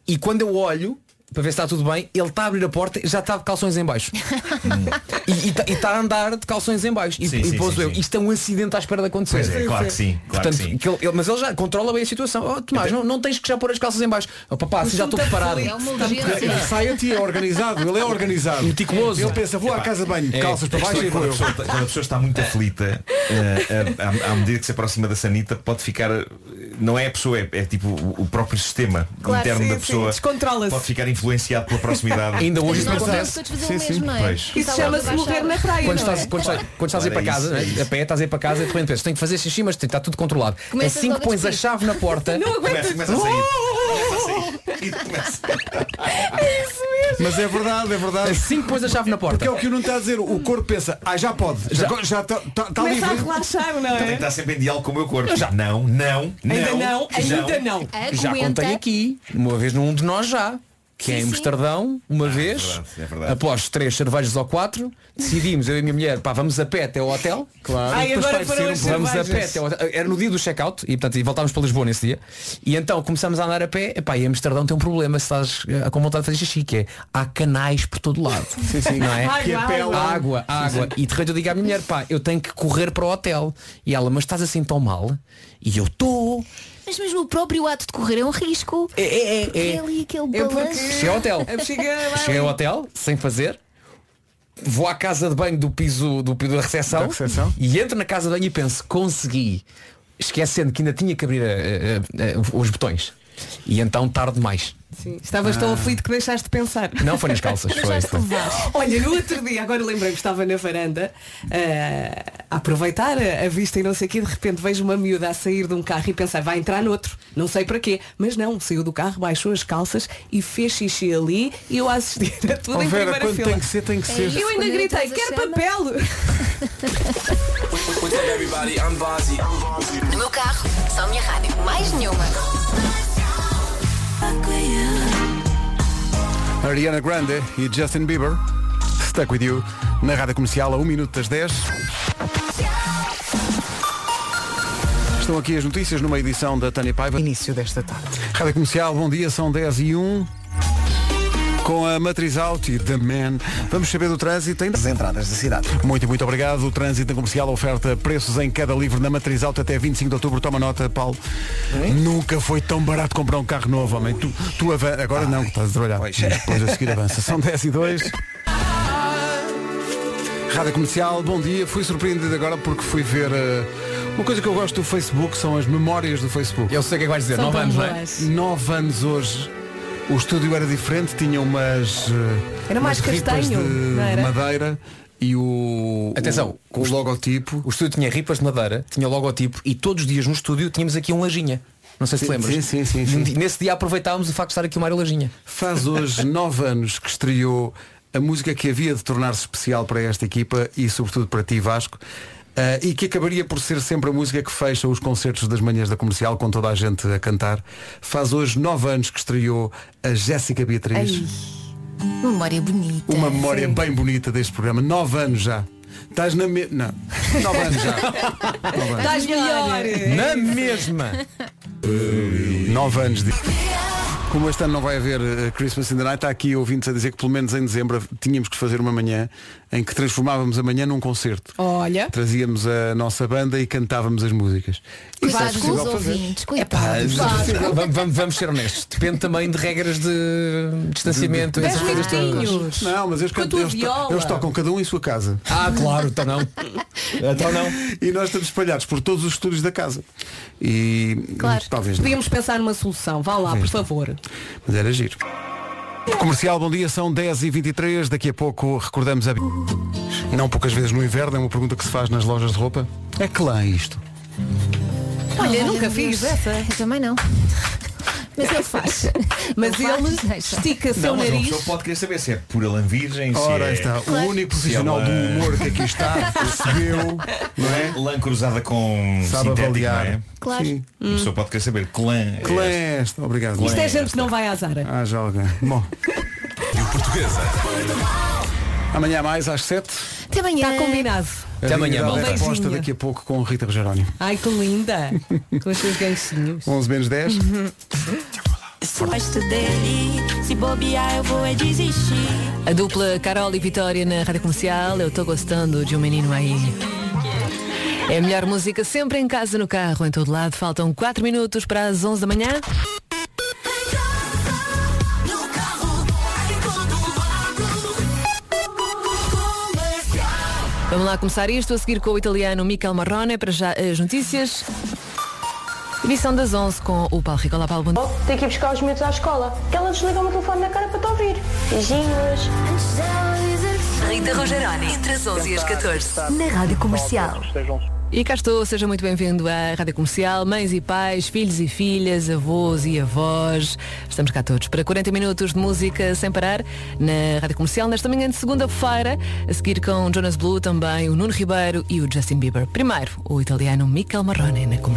e quando eu olho, para ver se está tudo bem, ele está a abrir a porta e já está de calções em baixo. e e está e está a andar de calções em baixo. E, Sim, e sim, pouso sim, eu. sim. Isto é um acidente à espera de acontecer. Pois é, claro que sim, claro Portanto, que sim. Então- ele- ele- mas ele já controla bem a situação. Oh, Tomás, não, não tens que já pôr as calças em baixo. Oh, papá, assim já estou É preparado. um Sai a ti, é organizado, ele é organizado. Meticuloso. Ele pensa, vou à Epá, casa de banho, é, calças para a baixo questão é e quando, vou a eu. pessoa, está- quando a pessoa está muito aflita, eh, eh, à, à medida que se aproxima da sanita, pode ficar. eh, Não é a pessoa, é, é tipo o o próprio sistema Claro, interno sim, da sim, pessoa. descontrola-se. Pode ficar influenciado pela proximidade. Ainda hoje Mas nós podemos todos fazer o mesmo, não é? Pois. Isso Isso chama-se morrer na praia, Quando não estás, é? quando estás, quando estás a ir Ora, para casa, isso, é né? isso. a pé estás a ir para casa e de repente pensas, tenho que fazer xixi, mas está tudo controlado. Começas assim que logo a pões a despir. chave na porta, Não aguento. Começa, começa a sair. Começa a sair. E começa. Mas é verdade, é verdade. assim que pões a chave na Porque é porta. o que o Nuno está a dizer, o corpo pensa, ah, já pode, já está já tá, tá- tá Começa a livre. relaxar, não Tem que é? estar sempre em diálogo com o meu corpo. Não, não, tá. não. Ainda não, ainda não. Já contei aqui, uma vez num de nós já, que é em Amsterdão, uma vez, verdade, é verdade. após três cervejas ou quatro, decidimos, eu e a minha mulher, pá, vamos a pé até ao hotel. Claro. Então Ai, agora um foram as vamos a pé cervejas. até ao hotel. Era no dia do check-out e, portanto, e voltámos para Lisboa nesse dia. E então começamos a andar a pé, epá, e Amsterdão tem um problema, se estás eh, com vontade de fazer xixi, que é há canais por todo lado. Não é? Água, Que apelam. água, água. E de repente eu digo à minha mulher, pá, eu tenho que correr para o hotel. E ela, mas estás assim tão mal? E eu estou. Mas mesmo o próprio ato de correr é um risco. É, é, é, é. É ali aquele Eu porque- balanço. Cheguei ao hotel. A bexiga vai Cheguei ao ali. hotel, sem fazer. Vou à casa de banho do piso do, da recepção, Da recepção. e entro na casa de banho e penso, consegui. Esquecendo que ainda tinha que abrir a- a- a- os botões. E então tarde demais. Sim, Estavas tão aflito que deixaste de pensar. Não foi nas calças. Foi, Deixaste foi. levar. Olha, no outro dia, agora lembrei-me, que estava na varanda eh, a aproveitar a, a vista e não sei o quê, de repente vejo uma miúda a sair de um carro e pensei, vai entrar noutro, não sei para quê, mas não, saiu do carro, baixou as calças e fez xixi ali e eu a assistir a tudo Oh, em Vera, primeira quando fila. tem que ser, tem que É ser. isso. Eu ainda Quando gritei, entras a quero cena- papel! No meu carro, só minha rádio, mais nenhuma. Ariana Grande e Justin Bieber, Stuck With You, na Rádio Comercial a 1 minuto das 10. Estão aqui as notícias numa edição da Tânia Paiva. Início desta tarde. Rádio Comercial, bom dia, são 10 e 1. Com a Matriz Auto e The Man, vamos saber do trânsito ainda. As entradas da cidade. Muito, muito obrigado. O trânsito na comercial oferta preços em cada livro na matriz alta até 25 de outubro. Toma nota, Paulo. Nunca foi tão barato comprar um carro novo, homem. Tu, tu avan- Agora não, que estás a trabalhar. Hum, Pois. Depois a seguir avança. São 10 e 2. Rádio Comercial, bom dia. Fui surpreendido agora porque fui ver. eh, Uma coisa que eu gosto do Facebook são as memórias do Facebook. Eu sei o que é que vais dizer, São não tão vamos, não é? boas. Nove anos hoje. O estúdio era diferente, tinha umas. eh, Era mais umas ripas castanho, não de era? madeira e o. Atenção, o, o logotipo. O estúdio tinha ripas de madeira, tinha logotipo e todos os dias no estúdio tínhamos aqui um lajinha. Não sei se Sim, te lembras. sim, sim, sim, E sim. Nesse dia aproveitávamos o facto de estar aqui o Mário Lajinha. Faz hoje nove anos que estreou a música que havia de tornar-se especial para esta equipa e sobretudo para ti Vasco eh, e que acabaria por ser sempre a música que fecha os concertos das manhãs da comercial com toda a gente a cantar. Faz hoje nove anos que estreou a Jéssica Beatriz. Memória bonita. Uma memória bem bonita deste programa. Nove anos já. Estás na me... Não. Nove anos já. Estás melhor! Na mesma! Nove anos de... Como este ano não vai haver eh, Christmas in the Night, está aqui ouvintes a dizer que pelo menos em dezembro tínhamos que fazer uma manhã em que transformávamos a manhã num concerto. Olha, Trazíamos a nossa banda e cantávamos as músicas. Cuidados com é os é possível fazer. É ouvintes. Pá, Cuidados. vamos, vamos- assim, vamos ser honestos. Depende também de regras de distanciamento. dez essas coisas todas. minutinhos! Não, mas eles, Com a cantam, tua eles, to- viola. eles tocam cada um em sua casa. Ah, claro, então não. Então não. E nós estamos espalhados por todos os estúdios da casa. E Claro. talvez não. Podíamos pensar numa solução, vá lá, por favor. Mas era giro. Comercial, bom dia, são 10h23, daqui a pouco recordamos a... Não poucas vezes no inverno, é uma pergunta que se faz nas lojas de roupa. É que lá é isto. Olha, Ai, nunca meu fiz Deus. essa. Eu também não. Mas ele faz. Mas Ele faz, ele deixa. estica seu Não, mas uma nariz. pessoa pode querer saber se é pura lã virgem, Ora, aí se é está, o único profissional ela- do humor que aqui está percebeu, não é? lã cruzada com Sabe sintético, avaliar. não é? Claro. Sim. A pessoa pode querer saber que lã é Clã esta. é esta, obrigado. Isto é é gente que não vai à Zara. Ah, já alguém. Bom. Amanhã mais às 7. Até amanhã. Está Tá combinado. Até amanhã, A malta. resposta Beijinho. daqui a pouco com Rita Rogerónimo. Ai, que linda! Com os seus ganchinhos. 11 menos 10. Se gosto dele, se bobear eu vou é desistir. A dupla Carol e Vitória na Rádio Comercial. Eu estou gostando de um menino aí. É a melhor música sempre em casa, no carro, em todo lado. Faltam 4 minutos para as 11 da manhã. Vamos lá começar isto, a seguir com o italiano Michael Marrone, para já as notícias. Edição das 11 com o Paulo Ricola. Paulo, bom dia. Tenho que ir buscar os miúdos à escola. Que ela desliga o meu telefone na cara para te ouvir. Beijinhos. Rita Rogeroni, entre as 11 e as 14, na Rádio Comercial. E cá estou, seja muito bem-vindo à Rádio Comercial, mães e pais, filhos e filhas, avós e avós. Estamos cá todos para 40 minutos de música sem parar na Rádio Comercial nesta manhã de segunda-feira, a seguir com Jonas Blue também, o Nuno Ribeiro e o Justin Bieber. Primeiro, o italiano Michael Marrone na Comercial.